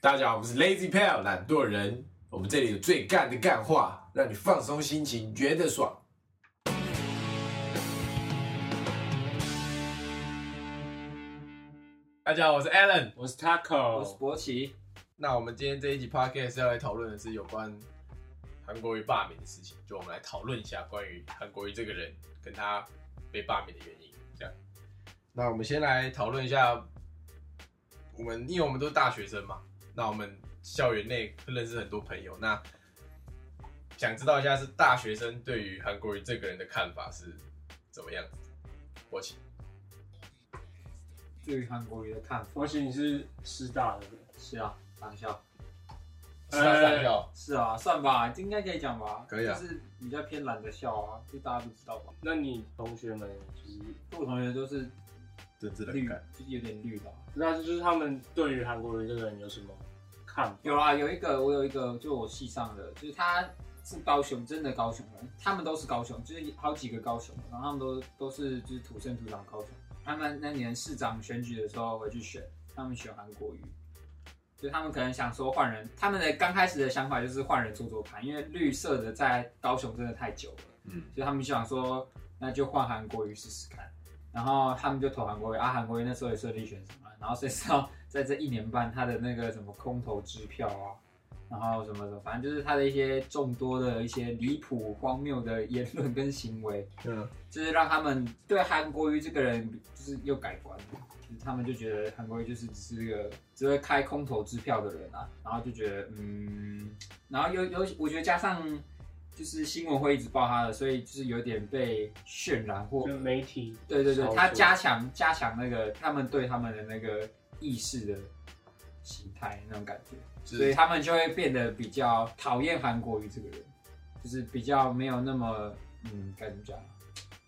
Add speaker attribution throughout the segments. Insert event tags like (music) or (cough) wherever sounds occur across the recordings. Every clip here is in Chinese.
Speaker 1: 大家好，我们是 Lazy Pal 懒惰人，我们这里有最干的干话，让你放松心情，觉得爽。
Speaker 2: 大家好，我是 Alan，
Speaker 3: 我是 Taco，
Speaker 4: 我是博奇，
Speaker 2: 那我们今天这一集 podcast 要来讨论的是有关韩国瑜罢免的事情，就我们来讨论一下关于韩国瑜这个人跟他被罢免的原因。这样，那我们先来讨论一下，我们因为我们都是大学生嘛，那我们校园内会认识很多朋友，那想知道一下是大学生对于韩国瑜这个人的看法是怎么样子的？我请，
Speaker 4: 对于韩国瑜的看法
Speaker 3: 博奇，你是师大的，
Speaker 4: 是啊，党校
Speaker 2: 是他上校，
Speaker 4: 是啊，算吧，应该可以讲吧，
Speaker 2: 可以啊
Speaker 4: 就是比较偏懒的校啊，这大家都知道吧。
Speaker 3: 那你同学们就是，
Speaker 4: 我同学都是
Speaker 2: 政治
Speaker 4: 绿，
Speaker 2: 冷感，
Speaker 4: 就是有点绿吧。啊
Speaker 3: 那就是他们对于韩国瑜这个人有什么看法？
Speaker 4: 有啦，有一个我有一个，就我系上的，就是他是高雄，真的高雄人，他们都是高雄，就是好几个高雄，然后他们都都是就是土生土长高雄。他们那年市长选举的时候回去选，他们选韩国瑜，就他们可能想说换人，他们的刚开始的想法就是换人做做看，因为绿色的在高雄真的太久了，
Speaker 2: 嗯，
Speaker 4: 所以他们就想说那就换韩国瑜试试看。然后他们就投韩国瑜啊，韩国瑜那时候也顺利选上了，然后谁知道在这一年半他的那个什么空头支票啊，然后什么什么，反正就是他的一些众多的一些离谱荒谬的言论跟行为，
Speaker 2: 嗯，
Speaker 4: 就是让他们对韩国瑜这个人就是又改观了，就是他们就觉得韩国瑜就是只是个只会开空头支票的人啊，然后就觉得嗯，然后又又我觉得加上就是新闻会一直报他的，所以就是有点被渲染或
Speaker 3: 就媒体
Speaker 4: 对对对
Speaker 3: 操，作
Speaker 4: 他加强加强那个他们对他们的那个意识的形态那种感觉，
Speaker 2: 就是
Speaker 4: 所以他们就会变得比较讨厌韩国瑜这个人，就是比较没有那么嗯该怎么讲啊，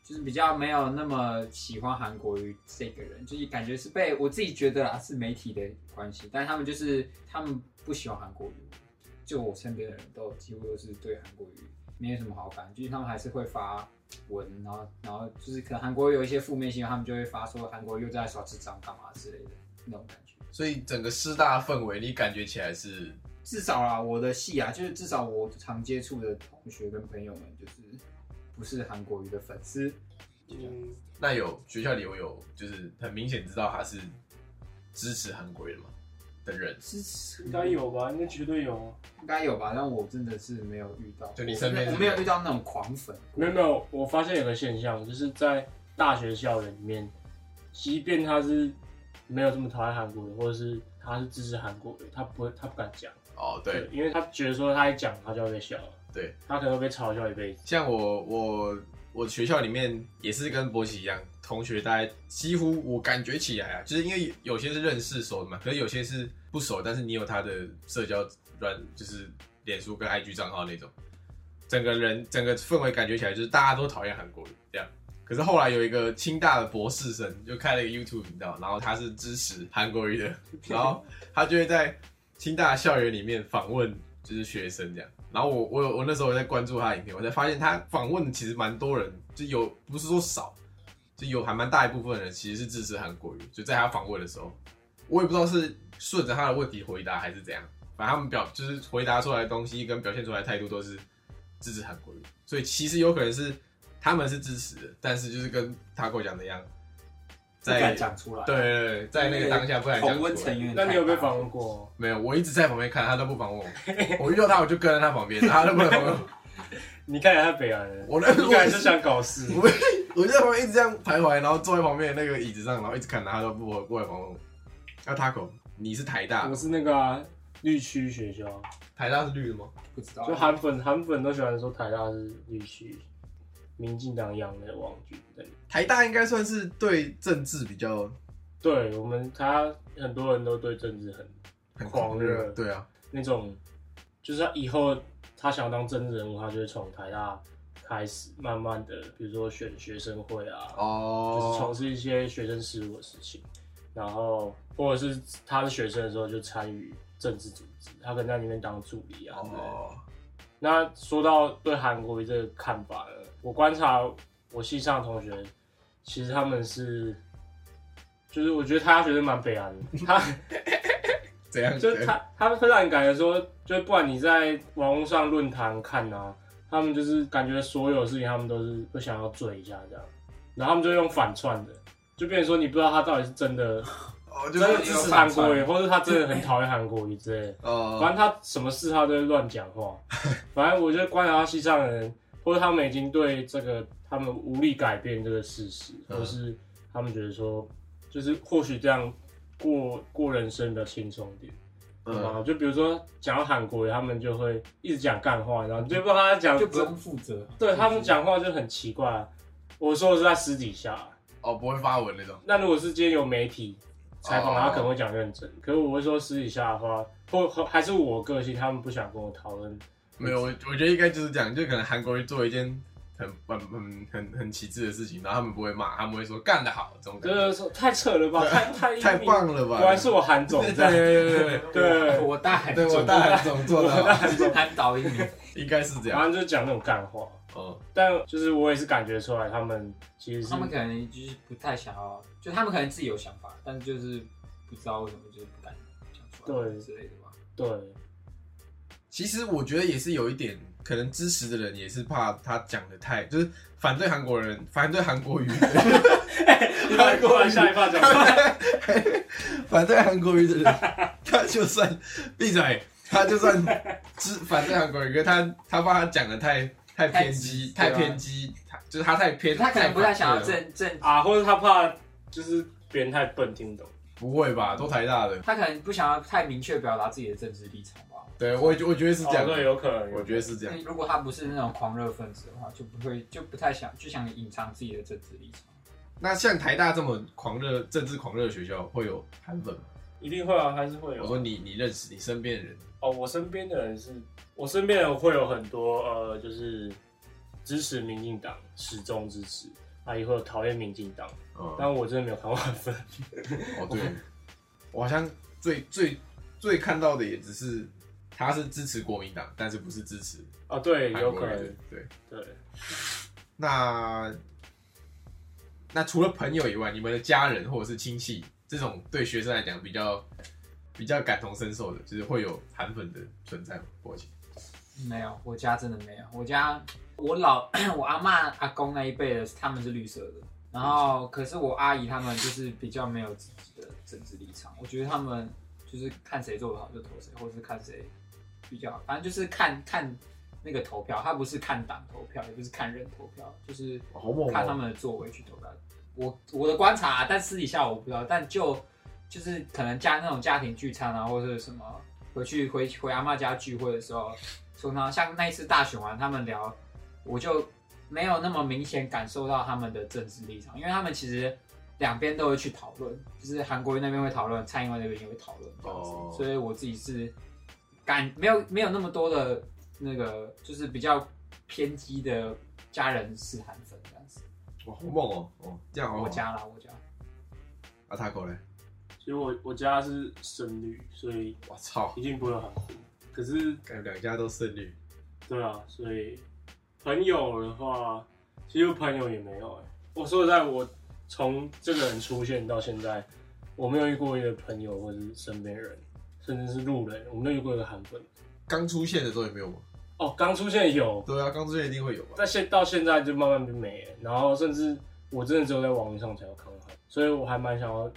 Speaker 4: 就是比较没有那么喜欢韩国瑜这个人，就是感觉是被我自己觉得啦是媒体的关系，但他们就是他们不喜欢韩国瑜，就我身边的人都几乎都是对韩国瑜没有什么好感，就是他们还是会发文，然后然后就是可能韩国瑜有一些负面新闻，他们就会发说韩国瑜又在耍智障干嘛之类的那种感觉。
Speaker 2: 所以整个师大氛围你感觉起来是
Speaker 4: 至少啦，我的戏啊，就是至少我常接触的同学跟朋友们，就是不是韩国瑜的粉丝，
Speaker 3: 嗯，
Speaker 2: 那有学校里有有就是很明显知道他是支持韩国人嘛的人，
Speaker 4: 支持
Speaker 3: 应该有吧？应该绝对有啊。
Speaker 4: 应该有吧？但我真的是没有遇到，
Speaker 2: 就你身边是
Speaker 4: 我没有遇到那种狂粉，
Speaker 3: 没有没有，我发现有个现象，就是在大学校园里面，即便他是没有这么讨厌韩国的，或者是他是支持韩国的，他不会他不敢讲，
Speaker 2: 哦，对，，
Speaker 3: 因为他觉得说他一讲他就要被笑了，
Speaker 2: 对，
Speaker 3: 他可能会被嘲笑一辈子。
Speaker 2: 像我我我学校里面也是跟博奇一样，同学大概几乎我感觉起来啊，就是因为有些是认识熟的嘛，可是有些是不熟，但是你有他的社交软，就是脸书跟 IG 账号那种，整个人整个氛围感觉起来就是大家都讨厌韩国人这样。可是后来有一个清大的博士生就开了一个 YouTube 频道，然后他是支持韩国语的， (laughs) 然后他就会在清大校园里面访问就是学生这样。然后我我有我那时候有在关注他的影片，我才发现他访问的其实蛮多人，就有不是说少，就有还蛮大一部分人其实是支持韩国语。就在他访问的时候，我也不知道是顺着他的问题回答还是怎样，反正他们表就是回答出来的东西跟表现出来的态度都是支持韩国语，所以其实有可能是他们是支持的，但是就是跟他跟我讲的一样，
Speaker 4: 不
Speaker 2: 在
Speaker 4: 敢讲出来。
Speaker 2: 对对对，在那个当下不敢讲
Speaker 4: 同
Speaker 2: 出
Speaker 4: 温
Speaker 2: 来
Speaker 4: 层。有点太
Speaker 3: 那
Speaker 4: 大
Speaker 3: 你有被访问过？
Speaker 2: 没有，我一直在旁边看，他都不访问我。 (laughs) 我遇到他，我就跟在他旁边，他都不能访问我。
Speaker 3: 你看起来太北岸了，
Speaker 2: 我的
Speaker 3: 你看起来是想搞事。
Speaker 2: 我 (laughs) 我就在旁边一直这样徘徊，然后坐在旁边的那个椅子上，然后一直看他，他都不过来访问我。那 Taco，你是台大
Speaker 3: 我，是那个、啊、绿区学校，
Speaker 2: 台大是绿的吗？
Speaker 4: 不知道，
Speaker 3: 就韩粉韩粉都喜欢说台大是绿区，民进党养的王军对。
Speaker 2: 台大应该算是对政治比较
Speaker 3: 对我们他很多人都对政治很
Speaker 2: 很
Speaker 3: 狂热
Speaker 2: 对啊，
Speaker 3: 那种，就是他以后他想要当政治人物，他就会从台大开始，慢慢的，比如说选学生会啊，就是从
Speaker 2: 哦，
Speaker 3: 事一些学生事务的事情，然后或者是他是学生的时候就参与政治组织，他可能在里面当助理啊之类的。
Speaker 2: 哦，
Speaker 3: 那说到对韩国瑜这个看法呢，我观察我系上的同学，其实他们是，就是我觉得他学生蛮北韩的，他
Speaker 2: 怎样？
Speaker 3: 就
Speaker 2: 怎样
Speaker 3: 他他们会让你感觉说，就不管你在网络上论坛看啊，他们就是感觉所有事情他们都是会想要追一下这样，然后他们就用反串的，就变成说你不知道他到底是真的
Speaker 2: 哦，就
Speaker 3: 真
Speaker 2: 是
Speaker 3: 的
Speaker 2: 支
Speaker 3: 支
Speaker 2: 持
Speaker 3: 持
Speaker 2: 韩
Speaker 3: 韩
Speaker 2: 国
Speaker 3: 国
Speaker 2: 人
Speaker 3: 语，或者他真
Speaker 2: (laughs)
Speaker 3: 的很讨厌韩国语之类的。反
Speaker 2: 哦，
Speaker 3: 正他什么事他都会乱讲话。 (laughs) 反正我觉得观察到西藏人，或者他们已经对这个他们无力改变这个事实，
Speaker 2: 嗯
Speaker 3: 或是他们觉得说，就是或许这样过过人生比较轻松一点。
Speaker 2: 嗯，
Speaker 3: 啊，就比如说讲到韩国，他们就会一直讲干话，然后你就不知道他在讲
Speaker 4: 就不用负责。
Speaker 3: 对他们讲话就很奇怪、我说的是在私底下，
Speaker 2: 哦，不会发文那种，
Speaker 3: 那如果是今天有媒体采访，
Speaker 2: 哦
Speaker 3: 他可能会讲认真。可是我会说私底下的话，或或还是我个性，他们不想跟我讨论。
Speaker 2: 没有，我我觉得应该就是这样，就可能韩国人做一件很很很很很旗帜的事情，然后他们不会骂，他们会说干得好，这种
Speaker 3: 就
Speaker 2: 感觉
Speaker 3: 是说太扯
Speaker 2: (laughs)
Speaker 3: 了吧，太太英明
Speaker 2: 太，棒了吧？
Speaker 3: 果然是我
Speaker 2: (laughs)
Speaker 3: 韩总
Speaker 2: 对
Speaker 3: 这样。
Speaker 2: 对对对
Speaker 3: 对，
Speaker 4: 我大海
Speaker 2: 对，对我大韩总做的好，
Speaker 4: 韩导一
Speaker 2: (laughs)
Speaker 4: 名，
Speaker 2: 应该是这
Speaker 3: 然
Speaker 2: 样，
Speaker 3: 后就讲那种干话，
Speaker 2: 哦，
Speaker 3: 但就是我也是感觉出来，他们其实是
Speaker 4: 他们可能就是不太想要，就他们可能自己有想法，但是就是不知道为什么就是不敢讲出来
Speaker 3: 对
Speaker 4: 之类的吧。
Speaker 3: 对
Speaker 2: 其实我觉得也是有一点，可能支持的人也是怕他讲的太，就是反对韩国人，反对韩国语的人，
Speaker 3: 韩国人下一趴讲话， (laughs)
Speaker 2: (laughs) 反对韩国语的人，他就算闭嘴，他就算支反对韩国语，可是他他怕他讲的太太偏激，
Speaker 4: 太
Speaker 2: 太
Speaker 4: 直
Speaker 2: 偏激，他就是他太偏，
Speaker 4: 他可能不太想要
Speaker 2: 反对了，
Speaker 4: 正正，
Speaker 3: 啊，或者他怕就是别人太笨听不懂。
Speaker 2: 不会吧？都台大的，
Speaker 4: 他可能不想要太明确表达自己的政治立场吧。
Speaker 2: 对我我觉得是这样
Speaker 3: 哦，，对，有可能。
Speaker 2: 我觉得是这样。
Speaker 4: 如果他不是那种狂热分子的话，就不会就不太想就想隐藏自己的政治立场。
Speaker 2: 那像台大这么狂热、政治狂热的学校，会有韩粉吗？
Speaker 3: 一定会啊，还是会有
Speaker 2: 我。说你你认识你身边的人，
Speaker 3: 哦，我身边的人是，我身边的人会有很多呃，就是支持民进党，始终支持，啊，也会有讨厌民进党，
Speaker 2: 嗯，
Speaker 3: 但我真的没有看过他分。
Speaker 2: 哦，对，我好像最最最看到的也只是他是支持国民党，但是不是支持
Speaker 3: 哦，对，
Speaker 2: 韩
Speaker 3: 有
Speaker 2: 国
Speaker 3: 可
Speaker 2: 人
Speaker 3: 能，。
Speaker 2: 对，
Speaker 3: 对，
Speaker 2: 那那除了朋友以外，你们的家人或者是亲戚这种对学生来讲比较比较感同身受的，就是会有韩粉的存在吗？我觉得
Speaker 4: 没有，我家真的没有。我家我老 (coughs) 我阿嬷阿公那一辈的，他们是绿色的。然后，可是我阿姨他们就是比较没有自己的政治立场。我觉得他们就是看谁做得好就投谁，或者是看谁比较好，反正就是看 (coughs) 看那个投票，他不是看党投票，也不是看人投票，就是
Speaker 2: 哇好猛哦
Speaker 4: 看他们的作为去投票。我我的观察啊、但私底下我不知道，但就就是可能家那种家庭聚餐啊，或者是什么回去回回阿嬷家聚会的时候，通常像那一次大选完，他们聊，我就没有那么明显感受到他们的政治立场，因为他们其实两边都会去讨论，就是韩国瑜那边会讨论，蔡英文那边也会讨论这样子，
Speaker 2: 哦
Speaker 4: 所以我自己是感没有没有那么多的那个就是比较偏激的家人是韩粉这样子，
Speaker 2: 哇好猛哦、哦，这样好
Speaker 4: 我
Speaker 2: 猛。
Speaker 4: 家啦我家， (laughs)
Speaker 2: 阿塔狗嘞，
Speaker 3: 其实我我家是深绿，所以
Speaker 2: 我操，
Speaker 3: 一定不会有韩国。可是，
Speaker 2: 感觉两家都胜率。
Speaker 3: 对啊，所以朋友的话，其实朋友也没有哎、我说实在，我从这个人出现到现在，我没有遇过一个朋友或者是身边人，甚至是路人，我没有遇过一个韩粉。
Speaker 2: 刚出现的时候也没有吗？
Speaker 3: 哦，刚出现有，
Speaker 2: 对啊，刚出现一定会有吧？
Speaker 3: 但现到现在就慢慢就没了。然后甚至我真的只有在网络上才有看到韩，所以我还蛮想要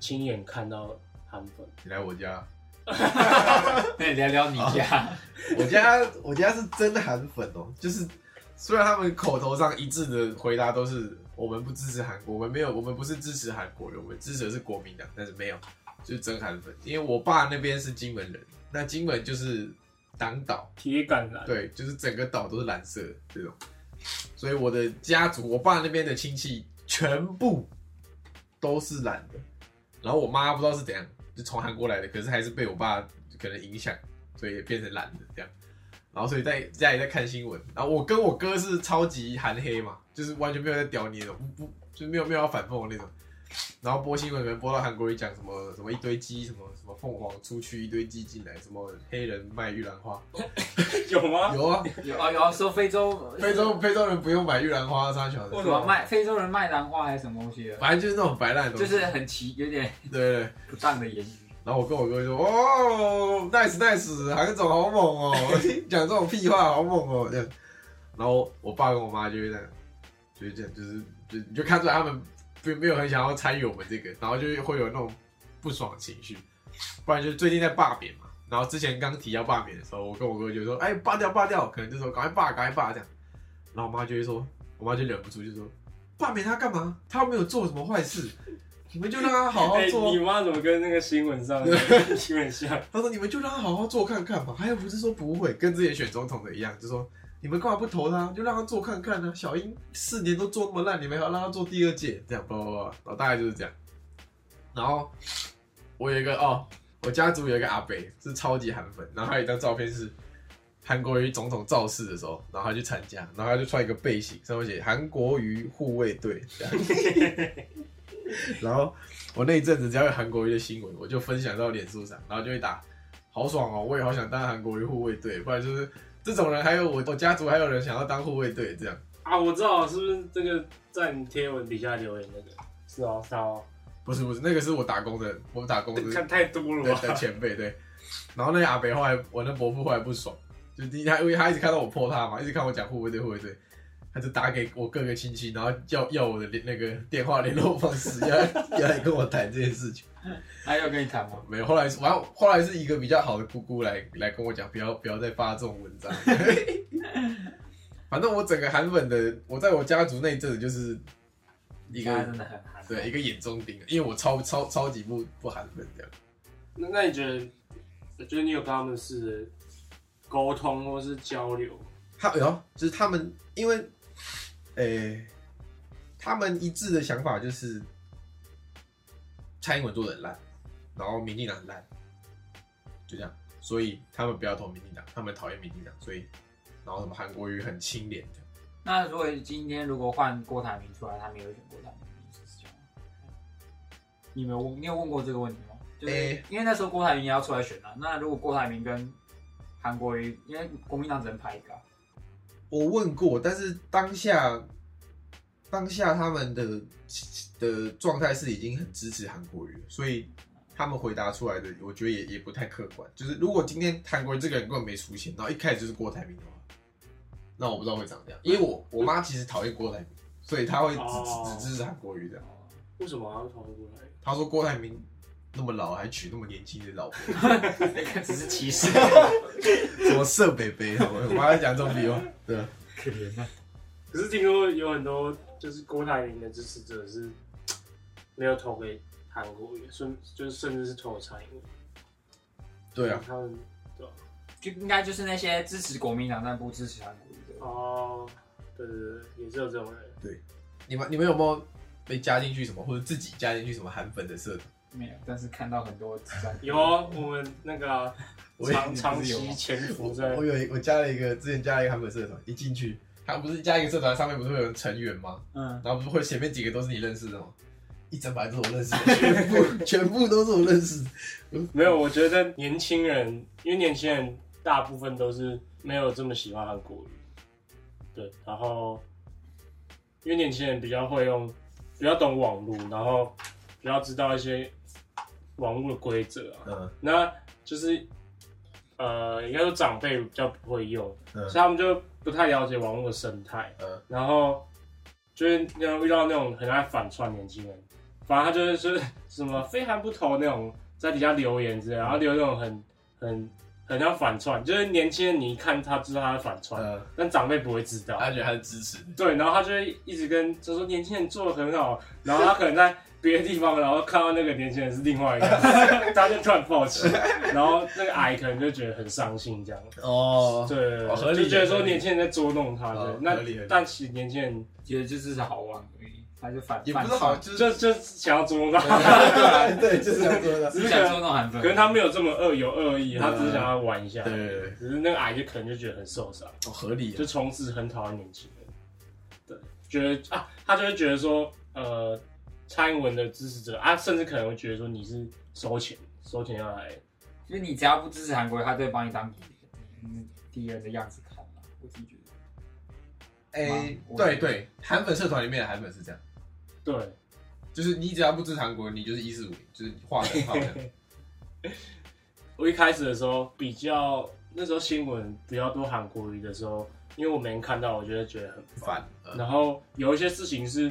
Speaker 3: 亲眼看到韩粉。
Speaker 2: 你来我家，
Speaker 4: 那你聊聊你家，
Speaker 2: 我家我家是真的韩粉哦、就是虽然他们口头上一致的回答都是我们不支持韩国，我们没有，我们不是支持韩国人，我们支持的是国民党，但是没有，就是真韩粉。因为我爸那边是金门人，那金门就是党岛，
Speaker 3: 铁杆蓝，
Speaker 2: 对，就是整个岛都是蓝色的这种。所以我的家族，我爸那边的亲戚全部都是蓝的。然后我妈不知道是怎样，就从韩国来的，可是还是被我爸可能影响，所以也变成蓝的这样。然后所以在家里在看新闻，然后我跟我哥是超级韩黑嘛，就是完全没有在屌你那种，不不就没有没有要反讽的那种。然后播新闻可能播到韩国语讲什么什么一堆鸡，什么什么凤凰出去一堆鸡进来，什么黑人卖玉兰花，
Speaker 3: 有吗？
Speaker 2: 有啊，
Speaker 4: (laughs) 有啊有啊说非洲
Speaker 2: 非洲非洲人不用买玉兰花，啥小
Speaker 3: 为
Speaker 2: 的，
Speaker 3: 什
Speaker 4: 什
Speaker 3: 么
Speaker 4: 么卖非洲人卖兰花还是什么东西的，
Speaker 2: 反正就是那种白烂的东
Speaker 4: 就
Speaker 2: 西，
Speaker 4: 是很奇有点
Speaker 2: 对对对
Speaker 4: 不当的言语。
Speaker 2: 然后我跟我哥就说：“哦，nice nice，韩总好猛哦，讲这种屁话好猛哦。”这样，然后我爸跟我妈就会这样，就是这样，就是就你就看出来他们并没有很想要参与我们这个，然后就会有那种不爽的情绪。不然就是最近在罢免嘛，然后之前刚提要罢免的时候，我跟我哥就说：“哎，罢掉罢掉！”可能就说：“赶快罢，赶快罢！”这样，然后我妈就会说，我妈就忍不住就说：“罢免他干嘛？他又没有做什么坏事，你们就让他好好
Speaker 3: 哎、
Speaker 2: 做啊。
Speaker 3: 你妈怎么跟那个新
Speaker 2: (laughs)
Speaker 3: 闻上的新闻像？
Speaker 2: 他说：“你们就让他好好做看看嘛，他又不是说不会，跟之前选总统的一样，就说你们干嘛不投他，就让他做看看呢、小英四年都做那么烂，你们还要让他做第二届，这样叭叭叭，然哦后大概就是这样。然后我有一个哦，我家族有一个阿北是超级韩粉，然后他有一张照片是韩国瑜总统造势的时候，然后他去参加，然后他就穿一个背心，上面写韩国瑜护卫队这样。 (laughs) 然后我那一阵子只要有韩国瑜的新闻，我就分享到脸书上，然后就会打好爽哦，我也好想当韩国瑜护卫队，不然就是这种人，还有我我家族还有人想要当护卫队这样。
Speaker 3: 啊，我知道，是不是这个在你贴文底下留言那个？是哦，是哦，
Speaker 2: 不是不是，那个是我打工的，我打
Speaker 3: (laughs)
Speaker 2: 工的
Speaker 3: 看太多了
Speaker 2: 对
Speaker 3: 吧？
Speaker 2: 的前辈对。然后那个阿北后来，我那伯父后来不爽，就第一他因为他一直看到我泼他嘛，一直看我讲护卫队护卫队，他就打给我各个亲戚，然后要要我的联那个电话联络方式，要 (laughs) 要来跟我谈这件事情。
Speaker 4: 还有跟你谈吗？
Speaker 2: 没有，后来是，然后后来是一个比较好的姑姑来来跟我讲，不要不要再发这种文章。 (laughs) 反正我整个韩粉的，我在我家族那一阵子就是一
Speaker 4: 你家
Speaker 2: 个
Speaker 4: 真的很韩，
Speaker 2: 对一个眼中钉，因为我超超超级不不韩粉这样。
Speaker 3: 那那你觉得，我觉得你有跟他们是沟通或是交流？
Speaker 2: 他哎呦，就是他们因为，诶、他们一致的想法就是蔡英文做的很烂，然后民进党很烂，就这样，所以他们不要投民进党，他们讨厌民进党，所以然后什么韩国瑜很清廉的。
Speaker 4: 那如果今天如果换郭台铭出来，他们也会选郭台铭，你是这样吗？你没有问，你有问过这个问题吗？就是、
Speaker 2: 诶
Speaker 4: 因为那时候郭台铭也要出来选啊。那如果郭台铭跟韩国瑜，因为国民党只能派一个、啊，
Speaker 2: 我问过，但是当下当下他们的的状态是已经很支持韩国瑜了，所以他们回答出来的，我觉得也也不太客观。就是如果今天韩国瑜这个人根本没出现，然后一开始就是郭台铭的话，那我不知道会长这样。因为我我妈其实讨厌郭台铭，所以她会
Speaker 3: 哦
Speaker 2: 只只只支持韩国瑜这样。
Speaker 3: 为什么他会跑过来？
Speaker 2: 她说郭台铭那么老还娶那么年轻的老婆，
Speaker 4: (laughs) 那个只是歧视，
Speaker 2: 什么色北北，我妈讲这种屁话，对啊。
Speaker 4: 可怜啊。
Speaker 3: 可是听说有很多就是郭台铭的支持者是没有投给韩国瑜，甚就是甚至是投蔡英文。
Speaker 2: 对啊，
Speaker 3: 他们对吧
Speaker 4: 就应该就是那些支持国民党但不支持韩国瑜的。
Speaker 3: 哦，对对对，也是有这种人。
Speaker 2: 你们你们有没有被加进去什么，或者自己加进去什么韩粉的社团？
Speaker 4: 没有，但是看到很多纸张。
Speaker 3: 有啊，我们那个啊、
Speaker 2: 我也
Speaker 3: 长长
Speaker 4: 有
Speaker 3: 期
Speaker 4: 啊
Speaker 3: 潜伏在
Speaker 2: 我有一我加了一个，之前加了一个韩粉社团，一进去，他不是加一个社团，上面不是会有成员吗？
Speaker 4: 嗯，
Speaker 2: 然后不是会前面几个都是你认识的吗？一整排都是我认识的，全 (laughs) 部全部都是我认识的。
Speaker 3: 没有，我觉得年轻人，因为年轻人大部分都是没有这么喜欢韩国语，对，然后因为年轻人比较会用，比较懂网络，然后比较知道一些网络的规则啊，
Speaker 2: 嗯
Speaker 3: 那就是呃，应该说长辈比较不会用，
Speaker 2: 嗯
Speaker 3: 所以他们就不太了解网络的生态，
Speaker 2: 嗯，
Speaker 3: 然后就是那种遇到那种很爱反串年轻人，反正他就是 (laughs) 说什么非韩不投那种，在底下留言之类，然后留那种很很很像反串，就是年轻人你一看他知道他在反串，
Speaker 2: 嗯哎
Speaker 3: 但长辈不会知道。
Speaker 2: 他觉得他是支持的，
Speaker 3: 对，然后他就会一直跟就说年轻人做的很好，然后他可能在别的地方，然后看到那个年轻人是另外一个， (laughs) 他就突然抱起，然后那个矮可能就觉得很伤心这样。
Speaker 2: 哦，
Speaker 3: 对，
Speaker 2: 哦合理
Speaker 3: 就觉得说
Speaker 2: 合理
Speaker 3: 年轻人在捉弄他，对
Speaker 2: 哦，
Speaker 3: 那
Speaker 2: 合理合理
Speaker 3: 但其实年轻人
Speaker 4: 觉得就是好玩而已，他就反
Speaker 2: 也不是好，，就是 (laughs)
Speaker 3: 就就想要捉弄他，
Speaker 2: 对对，就是这样说的。
Speaker 3: 只
Speaker 4: 只
Speaker 3: 啊
Speaker 4: 是
Speaker 3: 是可
Speaker 4: 想说
Speaker 3: 能
Speaker 4: 那种韩粉。
Speaker 3: 可能他没有这么恶有恶意，他只是想要玩一下，
Speaker 2: 对对对，
Speaker 3: 只是那个矮就可能就觉得很受伤，
Speaker 2: 哦合理啊
Speaker 3: 就，从此很讨厌年轻人，对，觉得啊，他就会觉得说，呃，蔡英文的支持者啊，甚至可能会觉得说你是收钱，收钱要来，
Speaker 4: 就是你只要不支持韩国，他就会把你当敌人敌人的样子看嘛。我自己觉得，
Speaker 2: 哎，
Speaker 4: 我
Speaker 2: 对对，韩粉社团里面的韩粉是这样，
Speaker 3: 对，
Speaker 2: (laughs) 就是你只要不支持韩国，你就是一四五零，就是画等号这样。
Speaker 3: 我一开始的时候比较那时候新闻比较多韩国语的时候，因为我没看到，我就会觉得很
Speaker 2: 反呃
Speaker 3: 然后有一些事情是，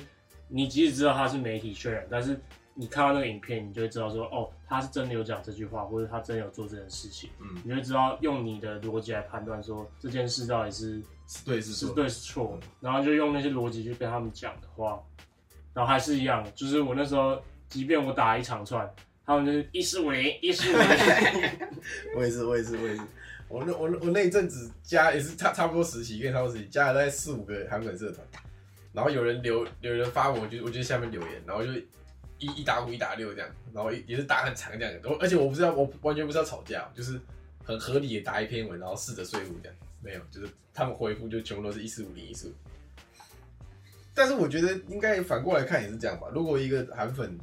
Speaker 3: 你即使知道它是媒体渲染，但是你看到那个影片，你就会知道说，哦，他是真的有讲这句话，或者他真的有做这件事情，
Speaker 2: 嗯，
Speaker 3: 你就会知道用你的逻辑来判断说这件事到底是
Speaker 2: 是对是
Speaker 3: 是
Speaker 2: 错，
Speaker 3: 对是错，然后就用那些逻辑去跟他们讲的话，然后还是一样，就是我那时候，即便我打一长串，他们就是一四五零一四
Speaker 2: (laughs)
Speaker 3: 五零，
Speaker 2: 我也是，我也是，我也是。我那我那我那一阵子加也是差差不多时期，跟差不多时期加了大概四五个韩粉社团，然后有人留有人发我，我就我就在下面留言，然后就一一打五一打六这样，然后也也是打很长这样，我而且我不知道我完全不知道吵架，哦就是很合理的打一篇文，然后试着说服这样，没有，就是他们回复就全部都是一四五零一四五。但是我觉得应该反过来看也是这样吧，如果一个韩粉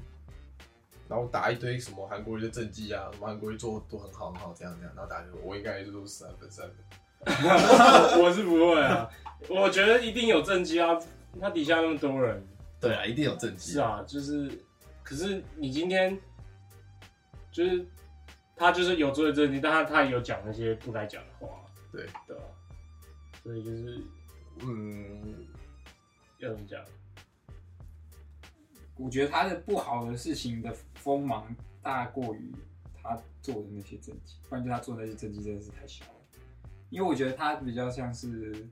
Speaker 2: 然后打一堆什么韩国人的政绩啊，什么韩国人做都很好很好，这样这样，然后打就我应该就都是三分三分。
Speaker 3: 我是不会啊，我觉得一定有正机啊，他底下那么多人。
Speaker 2: 对啊，一定有政绩。
Speaker 3: 是，啊，就是，可是你今天就是他就是有做这些，但他他也有讲那些不该讲的话，
Speaker 2: 对
Speaker 3: 对吧？啊所以就是
Speaker 2: 嗯，
Speaker 3: 要怎么讲？
Speaker 4: 我觉得他的不好的事情的锋芒大过于他做的那些政绩，不然就他做的那些政绩真的是太小了。因为我觉得他比较像是，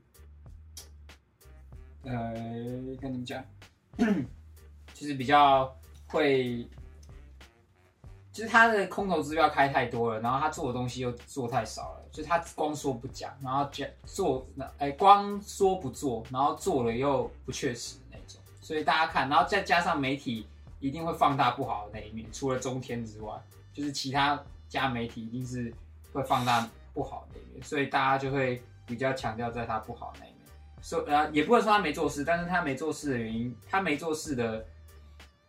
Speaker 4: 呃，该怎么讲， (clears throat) 就是比较会，就是他的空头支票开太多了，然后他做的东西又做太少了，就是他光说不讲，然后讲做，哎、光说不做，然后做了又不确实那种，所以大家看，然后再加上媒体一定会放大不好的那一面，除了中天之外，就是其他家媒体一定是会放大不好的一面，所以大家就会比较强调在他不好的那一面。说呃，也不能说他没做事，但是他没做事的原因，他没做事的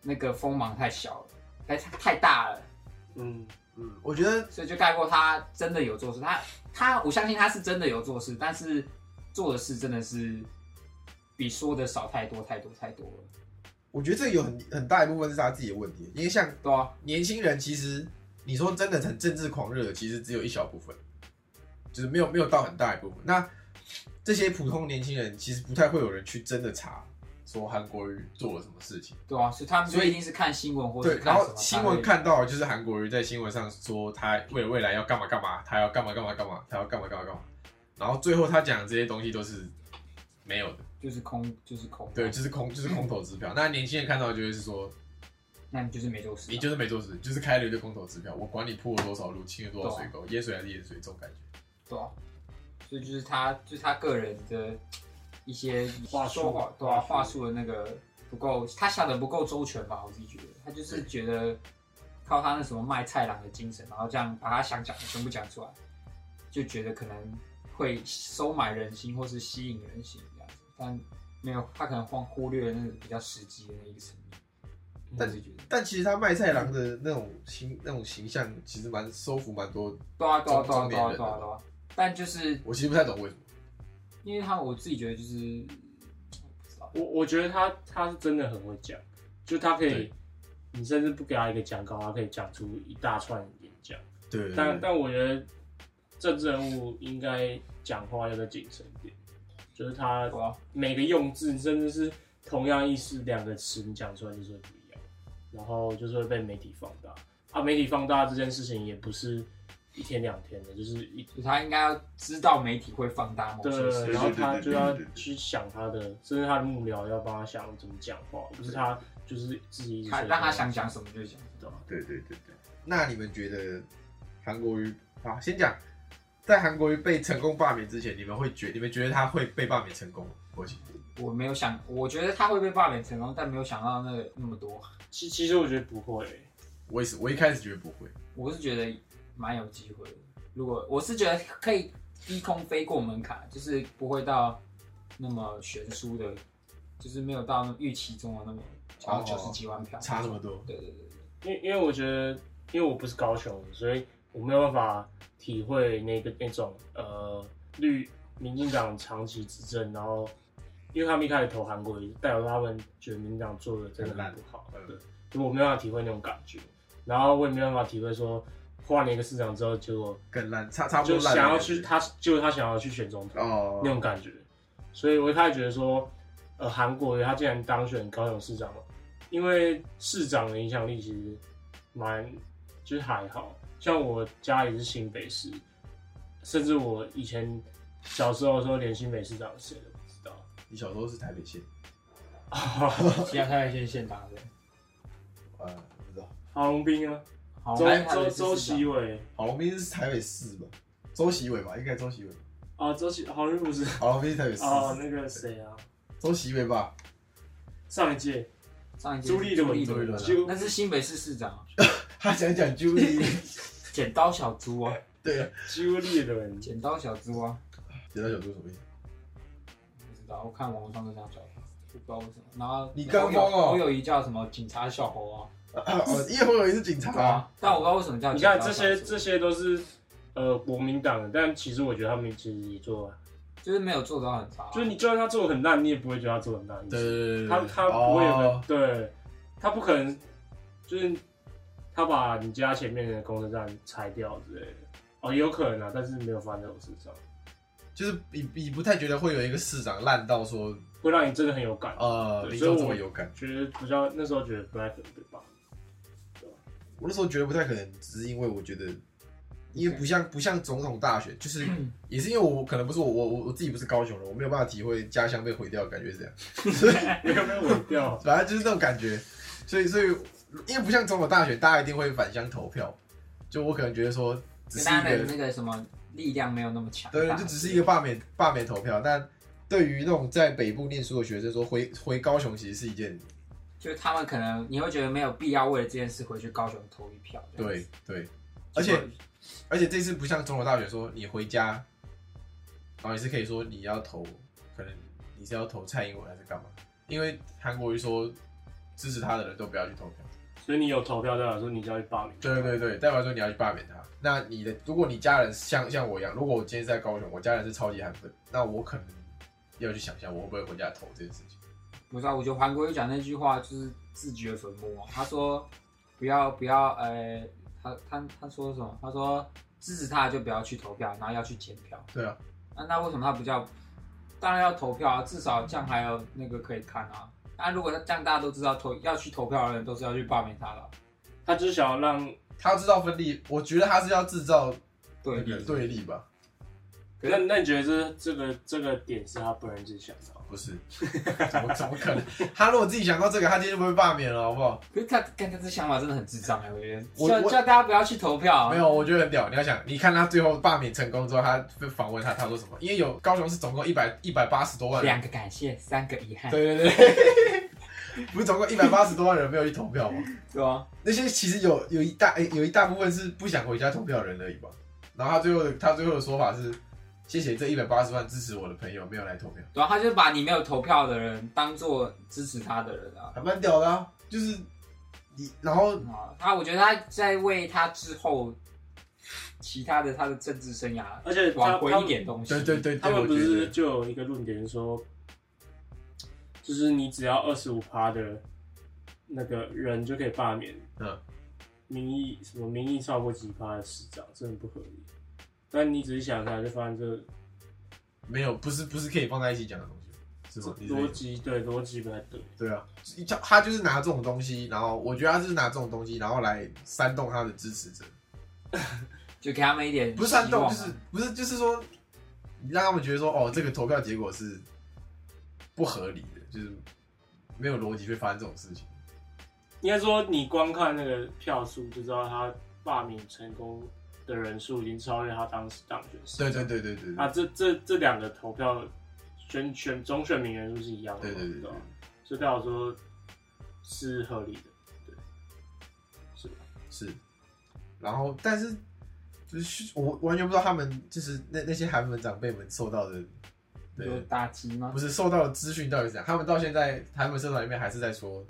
Speaker 4: 那个锋芒太小了，太太大了，
Speaker 3: 嗯，
Speaker 2: 嗯，我觉得
Speaker 4: 所以就盖过他真的有做事。他他，我相信他是真的有做事，但是做的事真的是比说的少太多太多太多了，
Speaker 2: 我觉得这有很很大一部分是他自己的问题，因为像
Speaker 4: 对啊，
Speaker 2: 年轻人，其实你说真的很政治狂热的，其实只有一小部分，就是没有没有到很大一部分。那这些普通年轻人，其实不太会有人去真的查说韩国瑜做了什么事情。
Speaker 4: 对啊，所以他们就
Speaker 2: 所以
Speaker 4: 一定是看新闻或者
Speaker 2: 对，然后
Speaker 4: 什么
Speaker 2: 新闻
Speaker 4: 才会
Speaker 2: 看到就是韩国瑜在新闻上说他为了未来要干嘛干嘛，他要干嘛干嘛干嘛，他要干嘛干嘛干嘛，然后最后他讲的这些东西都是没有的，
Speaker 4: 就是空就是空，
Speaker 2: 对，就是空就是空头支票。那年轻人看到就会是说，
Speaker 4: 那你就是没做事啊、
Speaker 2: 你就是没做事，就是开了一个空头支票，我管你铺了多少路，清了多少水沟，
Speaker 4: 啊
Speaker 2: 淹水还是淹水，这种感觉。
Speaker 4: 对啊，所以就是他，就是他个人的一些
Speaker 3: 话术
Speaker 4: 说话对啊，
Speaker 3: 话
Speaker 4: 话
Speaker 3: 术
Speaker 4: 术的那个不够，他想的不够周全吧，我自己觉得，他就是觉得靠他那什么卖菜郎的精神，然后这样把他想讲的全部讲出来，就觉得可能会收买人心或是吸引人心这样子，但没有，他可能忽忽略了那个比较实际的那一个层面，我
Speaker 2: 但
Speaker 4: 自己觉得，
Speaker 2: 但其实他卖菜郎的那种形那种形象，其实蛮收服蛮多。
Speaker 4: 对啊，对啊，对啊，
Speaker 2: 中
Speaker 4: 对啊，
Speaker 2: 中年人
Speaker 4: 对啊，对啊，但就是
Speaker 2: 我其实不太懂为什么。
Speaker 4: 因为他，我自己觉得就是。不知道。
Speaker 3: 我我觉得他他是真的很会讲，就他可以
Speaker 2: 对，
Speaker 3: 你甚至不给他一个讲稿，他可以讲出一大串演讲。
Speaker 2: 对，
Speaker 3: 但但我觉得政治人物应该讲话要再谨慎一点，就是他
Speaker 4: 对啊
Speaker 3: 每个用字，甚至是同样意思两个词，你讲出来就是会不一样，然后就是会被媒体放大。啊，媒体放大这件事情也不是一天两天的，就是一
Speaker 4: 就他应该要知道媒体会放大某
Speaker 3: 对
Speaker 4: 些事，
Speaker 3: 然后他
Speaker 2: 对对对
Speaker 3: 就要
Speaker 2: 对对对
Speaker 3: 去想他的，甚至他的幕僚要帮他想怎么讲话，不是他就是自己一直
Speaker 4: 他
Speaker 3: 随便
Speaker 4: 让他想讲什么就讲。
Speaker 3: 对吧
Speaker 2: 对对对对。那你们觉得韩国瑜啊，先讲，在韩国瑜被成功罢免之前，你们会觉你们觉得他会被罢免成功吗？国旗
Speaker 4: 我没有想，我觉得他会被罢免成功，但没有想到那个那么多。
Speaker 3: 其其实我觉得不会、
Speaker 2: 我也是，我一开始觉得不会，
Speaker 4: 我是觉得蛮有机会的，如果我是觉得可以低空飞过门槛，就是不会到那么悬殊的，就是没有到预期中的那么，然后九十几万票，
Speaker 2: 哦差那么多。
Speaker 4: 对对对，
Speaker 3: 因为因为我觉得，因为我不是高雄人，所以我没有办法体会那个那种呃绿民进党长期执政，然后因为他们一开始投韩国瑜，代表他们觉得民进党
Speaker 4: 嗯
Speaker 3: 做的真的很不好，
Speaker 2: 很烂
Speaker 3: 对，就我没有办法体会那种感觉，然后我也没有办法体会说换了一个市长之后，结果
Speaker 2: 更烂，差差不
Speaker 3: 就
Speaker 2: 多烂
Speaker 3: 想
Speaker 2: 的感觉。
Speaker 3: 要去他，结果他想要去选总统、
Speaker 2: 哦
Speaker 3: 那种感觉，所以我一开始觉得说，呃，韩国瑜他竟然当选高雄市长了，因为市长的影响力其实蛮就是还好，像我家里是新北市，甚至我以前小时候的时候连新北市长是谁都不知道。
Speaker 2: 你小时候是台北县，
Speaker 4: 其他台北县县长的，
Speaker 2: 啊，我不知道。
Speaker 3: (laughs) 郝龙斌啊，
Speaker 4: 好，
Speaker 3: 周
Speaker 4: 台北
Speaker 3: 周
Speaker 4: 市市
Speaker 3: 周
Speaker 4: 长
Speaker 3: 习伟
Speaker 2: 郝龙斌是台北市吧？周习伟吧，应该周习伟。
Speaker 3: 啊，周习郝龙斌不是
Speaker 2: 郝龙斌是台北市，
Speaker 3: 啊，那个谁啊，
Speaker 2: 周习伟吧？
Speaker 3: 上一届
Speaker 4: 上一届
Speaker 3: 朱立伦，
Speaker 2: 朱立伦啊
Speaker 3: 就
Speaker 4: 那是新北市市长啊，
Speaker 2: 他讲讲
Speaker 3: (laughs)
Speaker 2: Julie，
Speaker 4: 剪刀小猪啊，
Speaker 2: 对啊，
Speaker 3: 朱立伦，
Speaker 4: 剪刀小猪啊，
Speaker 2: 剪刀小猪什么意思？
Speaker 4: 不知道，我看网络上都这样叫，我不知道为什么。然后
Speaker 2: 你跟风哦
Speaker 4: 我有一叫什么警察小猴啊，
Speaker 2: 啊哦，叶红友也是警察
Speaker 4: 对啊
Speaker 2: 啊。，
Speaker 4: 但我不知道为什么叫
Speaker 3: 你
Speaker 4: 警察
Speaker 3: 看
Speaker 4: 小
Speaker 3: 这
Speaker 4: 猴。
Speaker 3: 些这些都是呃国民党的，但其实我觉得他们其实也做，
Speaker 4: 就是没有做到很差啊，
Speaker 3: 就是你就算他做的很烂，你也不会觉得他做的很烂。
Speaker 2: 对对对对对
Speaker 3: 他他不会有个
Speaker 2: 哦
Speaker 3: 对，他不可能就是他把你家前面的公车站拆掉之类的。哦，也有可能啊，但是没有发生在我身上，
Speaker 2: 就是你你不太觉得会有一个市长烂到说
Speaker 3: 会让你真的很有感。
Speaker 2: 呃
Speaker 3: 对
Speaker 2: 民
Speaker 3: 所以
Speaker 2: 众
Speaker 3: 我
Speaker 2: 这么有感，
Speaker 3: 觉得比较那时候觉得不太可能被罢免
Speaker 2: 我那时候觉得不太可能，只是因为我觉得，因为不像不像总统大选，就是
Speaker 3: 嗯
Speaker 2: 也是因为我可能不是我我我我自己不是高雄人，我没有办法体会家乡被毁掉的感觉是这样，。
Speaker 3: 没有被毁掉
Speaker 2: (laughs) 反正就是那种感觉，所以所以因为不像总统大选，大家一定会返乡投票，就我可能觉得说只
Speaker 4: 就是大
Speaker 2: 一
Speaker 4: 家的那
Speaker 2: 个
Speaker 4: 个什么力量没有那么强大，
Speaker 2: 对，就只是一个罢免罢免投票，但对于那种在北部念书的学生说回回高雄其实是一件
Speaker 4: 就是他们可能你会觉得没有必要为了这件事回去高雄投一票，这样
Speaker 2: 对
Speaker 4: 子，
Speaker 2: 对，而且而且这次不像中国大学说你回家，然后你是可以说你要投，可能你是要投蔡英文还是干嘛？因为韩国瑜说支持他的人都不要去投票。
Speaker 3: 所以你有投票代表说你就要去罢免。
Speaker 2: 对对对，代表说你要去罢免他。那你的如果你家人像像我一样，如果我今天是在高雄，我家人是超级韩粉，那我可能要去想象我会不会回家投这件事情。
Speaker 4: 不知道，我觉得韩国瑜讲那句话就是自掘坟墓啊。他说不要不要，呃，他他他说什么？他说支持他就不要去投票，然后要去检票。
Speaker 2: 对啊，
Speaker 4: 那、那为什么他不叫？当然要投票啊，至少这样还有那个可以看啊。那如果他这样大家都知道投要去投票的人都是要去罢免他啊了，
Speaker 3: 他就是想要让
Speaker 2: 他制造分裂，我觉得他是要制造
Speaker 4: 对
Speaker 2: 那个对立吧？
Speaker 4: 可
Speaker 3: 那
Speaker 4: 是
Speaker 3: 那你觉得这这个这个点是他本人自己想的吗？
Speaker 2: 不是，怎么怎么可能？他如果自己想到这个，他今天就不会罢免了，好不好？
Speaker 4: 可是他看他这想法真的很智障哎、我觉得
Speaker 2: 我
Speaker 4: 叫
Speaker 2: 我
Speaker 4: 叫大家不要去投票、啊，
Speaker 2: 没有，我觉得很屌。你要想，你看他最后罢免成功之后，他访问他，他说什么？因为有高雄市总共一百一百八十多万人
Speaker 4: 两，个感谢，三个遗憾，
Speaker 2: 对对对， (laughs) 不是总共一百八十多万人没有去投票吗？
Speaker 4: 对啊，
Speaker 2: 那些其实有有一大诶有一大部分是不想回家投票的人而已吧。然后他最后的他最后的说法是，谢谢这一百八十万支持我的朋友没有来投票，
Speaker 4: 对啊，他就把你没有投票的人当做支持他的人啊。
Speaker 2: 还蛮屌的啊。就是你，然后
Speaker 4: 啊，那我觉得他在为他之后其他的他的政治生涯
Speaker 3: 而且他
Speaker 4: 挽回
Speaker 3: 他
Speaker 4: 一点东西。
Speaker 2: 对对对
Speaker 3: 他
Speaker 2: 对，
Speaker 3: 们
Speaker 2: 我
Speaker 3: 不
Speaker 2: 觉
Speaker 3: 是
Speaker 2: 得
Speaker 3: 就有一个论点说，就是你只要二十五趴的那个人就可以罢免，
Speaker 2: 嗯，
Speaker 3: 民意什么民意超过几趴的市长，这很不合理。但你仔细想想，就发现这个
Speaker 2: 没有不是不是可以放在一起讲的东西，是吗？你是这个意
Speaker 3: 逻
Speaker 2: 思
Speaker 3: 辑对逻辑不太对，
Speaker 2: 对啊，他他就是拿这种东西，然后我觉得他就是拿这种东西，然后来煽动他的支持者，
Speaker 4: 就给他们一点
Speaker 2: 不是煽
Speaker 4: 希
Speaker 2: 动，
Speaker 4: 望
Speaker 2: 就
Speaker 4: 啊
Speaker 2: 是不是就是说，你让他们觉得说，哦，这个投票结果是不合理的，就是没有逻辑会发生这种事情。
Speaker 3: 应该说你光看那个票数就知道他罢免成功的人数已经超越他当时当选市
Speaker 2: 对
Speaker 3: 长。
Speaker 2: 对对对对
Speaker 3: 啊，
Speaker 2: 对
Speaker 3: 这这这两个投票选选总选民人数是一样的嘛，
Speaker 2: 对对对
Speaker 3: 吧
Speaker 2: 对
Speaker 3: 所以代表说是合理的，对，是吧
Speaker 2: 是。然后，但是就是我完全不知道他们就是那那些韩粉长辈们受到的，对
Speaker 4: 有打击吗
Speaker 2: 不？是受到的资讯到底是怎样？他们到现在韩粉社团里面还是在说，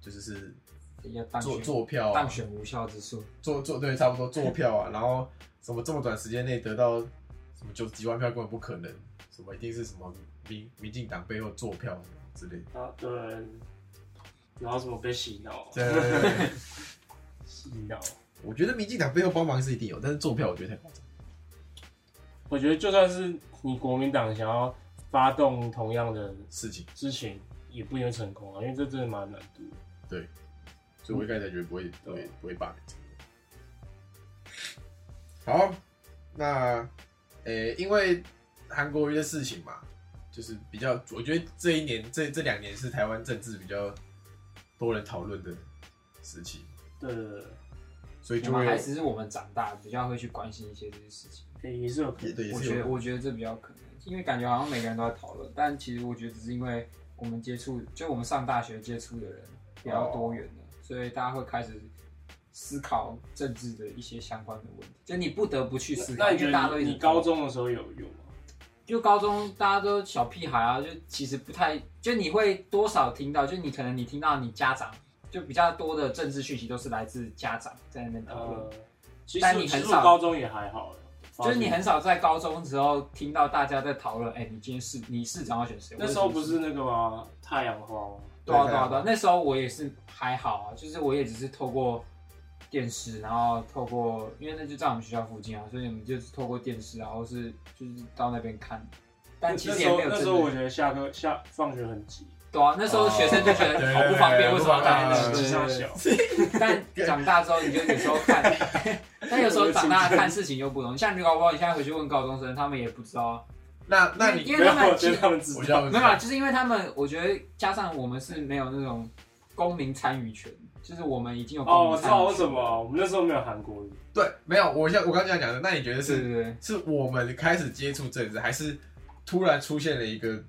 Speaker 2: 就是是
Speaker 4: 要当
Speaker 2: 做
Speaker 4: 选
Speaker 2: 做票、啊
Speaker 4: 当、选无效之术，
Speaker 2: 做做对，差不多做票啊，然后什么这么短时间内得到什么九十几万票根本不可能，什么一定是什么民民进党背后做票什么之类的。
Speaker 3: 啊，对，然后什么被洗脑，
Speaker 2: 对对对对，
Speaker 3: 洗脑，
Speaker 2: 我觉得民进党背后帮忙是一定有，但是做票我觉得太夸张。
Speaker 3: 我觉得就算是你国民党想要发动同样的
Speaker 2: 事情，
Speaker 3: 事情，也不一定会成功啊，因为这真的蛮难度的。
Speaker 2: 所以我一开始才觉得不会不会不会罢免好，那呃、因为韩国瑜的事情嘛，就是比较，我觉得这一年这这两年是台湾政治比较多人讨论的时期，
Speaker 3: 对对对
Speaker 2: 所以
Speaker 4: 我
Speaker 2: 就会
Speaker 4: 们
Speaker 2: 有
Speaker 4: 还只是我们长大比较会去关心一些这些事情。
Speaker 3: 对，也是有可
Speaker 2: 也
Speaker 3: 能。
Speaker 2: 对，也
Speaker 4: 我
Speaker 2: 是
Speaker 4: 觉得
Speaker 2: 有
Speaker 4: 我觉得这比较可能，因为感觉好像每个人都在讨论，但其实我觉得只是因为我们接触，就我们上大学接触的人比较多元的，所以大家会开始思考政治的一些相关的问题，就你不得不去思考，
Speaker 3: 那你
Speaker 4: 因
Speaker 3: 觉
Speaker 4: 为大家都
Speaker 3: 得
Speaker 4: 一
Speaker 3: 你
Speaker 4: 直
Speaker 3: 你高中的时候有有吗？
Speaker 4: 就高中大家都小屁孩啊，就其实不太，就你会多少听到，就你可能你听到你家长就比较多的政治讯息都是来自家长在那边讨论。
Speaker 3: 呃，其实
Speaker 4: 但你
Speaker 3: 其
Speaker 4: 很
Speaker 3: 实
Speaker 4: 少
Speaker 3: 我高中也还好，
Speaker 4: 就是你
Speaker 3: 发现
Speaker 4: 很少在高中的时候听到大家在讨论，哎、你今天市你市长要选谁？
Speaker 3: 那时候
Speaker 4: 或者
Speaker 3: 不是那个吗？太阳花吗？
Speaker 4: 对啊
Speaker 2: 对
Speaker 4: 对啊
Speaker 2: 啊
Speaker 4: 对啊，那时候我也是还好啊，就是我也只是透过电视，然后透过因为那就在我们学校附近啊，所以我们就是透过电视，然后是就是到那边看，但其
Speaker 3: 那
Speaker 4: 实
Speaker 3: 时
Speaker 4: 也
Speaker 3: 候
Speaker 4: 没有
Speaker 3: 那
Speaker 4: 真
Speaker 3: 时候我
Speaker 4: 的。
Speaker 3: 觉得下课下放学很急，
Speaker 4: 对啊，那时候学生就觉得
Speaker 2: 哦
Speaker 4: 好不方便，为什么要待在
Speaker 2: 对
Speaker 4: 那里？
Speaker 2: 对
Speaker 3: 急
Speaker 4: 对
Speaker 3: 上
Speaker 4: 对
Speaker 3: 嗯小
Speaker 4: 对。但长大之后，你就有时候看，但有时候长大看事情又不同。像你搞不好你现在回去问高中生，他们也不知道啊。
Speaker 2: (laughs) 那那你
Speaker 4: 因
Speaker 3: 不
Speaker 4: 为
Speaker 3: 要
Speaker 4: 他们
Speaker 3: 我觉得他们知
Speaker 2: 我
Speaker 3: 道。
Speaker 2: 要
Speaker 4: 没有啦，就是因为他们，我觉得加上我们是没有那种公民参与权，就是我们已经有
Speaker 3: 哦，
Speaker 4: 公
Speaker 3: 我
Speaker 4: 民
Speaker 3: 知
Speaker 4: 参与
Speaker 3: 道
Speaker 4: 权。
Speaker 3: 为什么，我们那时候没有韩国语，
Speaker 2: 对没有，我像我刚刚这样讲的，那你觉得
Speaker 4: 对
Speaker 2: 是
Speaker 4: 对对，
Speaker 2: 是我们开始接触政治，还是突然出现了一个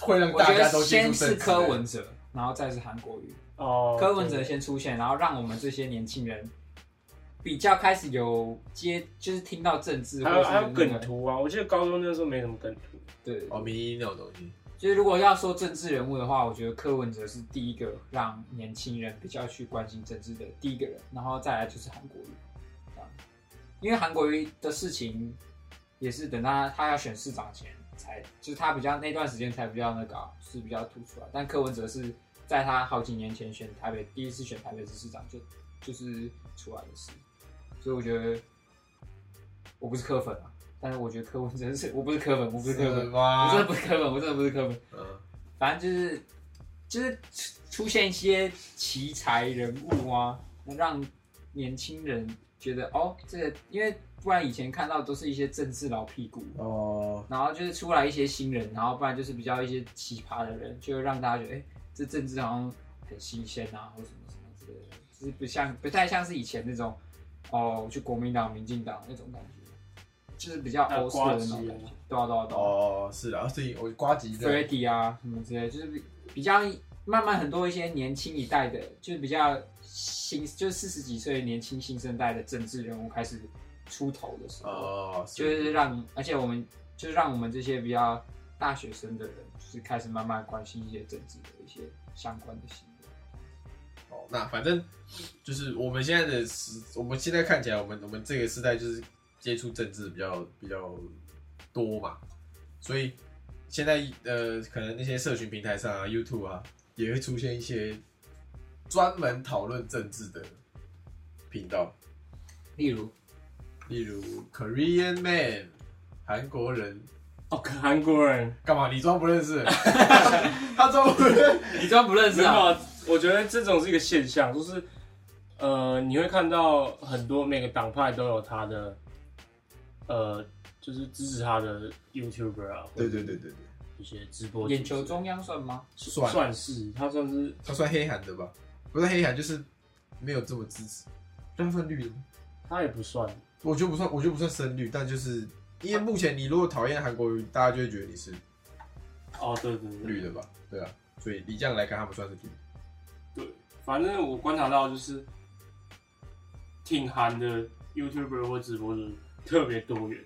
Speaker 2: 会让
Speaker 4: 我
Speaker 2: 大
Speaker 4: 觉
Speaker 2: 家
Speaker 4: 得
Speaker 2: 都接触
Speaker 4: 先
Speaker 2: 政治
Speaker 4: 是
Speaker 2: 的？
Speaker 4: 柯文哲，然后再是韩国瑜。
Speaker 3: 哦，
Speaker 4: 柯文哲先出现，然后让我们这些年轻人比较开始有接，就是听到政治或
Speaker 3: 对，还
Speaker 4: 者
Speaker 3: 有
Speaker 4: 是
Speaker 3: 还有
Speaker 4: 那
Speaker 3: 梗
Speaker 4: 个
Speaker 3: 图啊，我记得高中那时候没什么梗图，
Speaker 4: 对，
Speaker 2: 哦，民意那种东西，
Speaker 4: 就是如果要说政治人物的话，我觉得柯文哲是第一个让年轻人比较去关心政治的第一个人，然后再来就是韩国瑜，这样因为韩国瑜的事情也是等他他要选市长前才，就是他比较那段时间才比较那个啊、是比较突出来，但柯文哲是在他好几年前选台北第一次选台北市市长就就是出来的事，所以我觉得我不是柯粉啊，但是我觉得柯文哲是我不是柯粉，我不是柯粉。我真的
Speaker 2: 吗？
Speaker 4: 不是科本，我真的不是科本，
Speaker 2: 嗯，
Speaker 4: 反正就是就是出出现一些奇才人物啊，让年轻人觉得哦，这个因为不然以前看到都是一些政治老屁股，
Speaker 2: 哦，
Speaker 4: 然后就是出来一些新人，然后不然就是比较一些奇葩的人，就会让大家觉得哎、这政治好像很新鲜啊，或什么什么之类的，就是不像不太像是以前那种哦，就国民党、民进党那种感觉。就是比较
Speaker 3: 那
Speaker 4: 欧式
Speaker 3: 瓜
Speaker 4: 的那种
Speaker 3: 吉
Speaker 4: 感
Speaker 3: 啊
Speaker 4: 觉，对啊对啊对啊。
Speaker 2: 哦，是啊，所以我瓜吉
Speaker 4: f r e
Speaker 2: 的
Speaker 4: d d y 啊什么之类，就是比比较慢慢很多一些年轻一代的，就是比较新，就是四十几岁的年轻新生代的政治人物开始出头的时候，
Speaker 2: 哦，
Speaker 4: 就是让，而且我们就是让我们这些比较大学生的人，就是开始慢慢关心一些政治的一些相关的新闻。
Speaker 2: 哦，那反正就是我们现在的时，我们现在看起来，我们我们这个时代就是接触政治比较比较多嘛，所以现在呃，可能那些社群平台上啊，YouTube 啊，也会出现一些专门讨论政治的频道，
Speaker 4: 例如，
Speaker 2: 例如 Korean Man，韩国人。
Speaker 3: 哦，韩国人
Speaker 2: 干嘛？你装不认识？ (laughs) 他装不认识？
Speaker 4: 你真不认识
Speaker 3: 没有
Speaker 4: 啊？
Speaker 3: 啊，我觉得这种是一个现象，就是呃，你会看到很多每个党派都有他的呃，就是支持他的 YouTuber 啊，
Speaker 2: (laughs) 对对对对对，
Speaker 3: 一些直播主
Speaker 4: 眼球中央算吗？
Speaker 2: 算
Speaker 3: 算是他算是
Speaker 2: 他算黑韩的吧？不是黑韩，就是没有这么支持。但他算绿的吗？
Speaker 3: 他也不算，
Speaker 2: 我觉得不算，我觉得不算深绿，但就是因为目前你如果讨厌韩国瑜，大家就会觉得你是
Speaker 3: 哦，对对对，
Speaker 2: 绿的吧？对啊，所以你这样来看，他们算是绿的。
Speaker 3: 反正我观察到就是挺韩的 YouTuber 或直播主特别多元，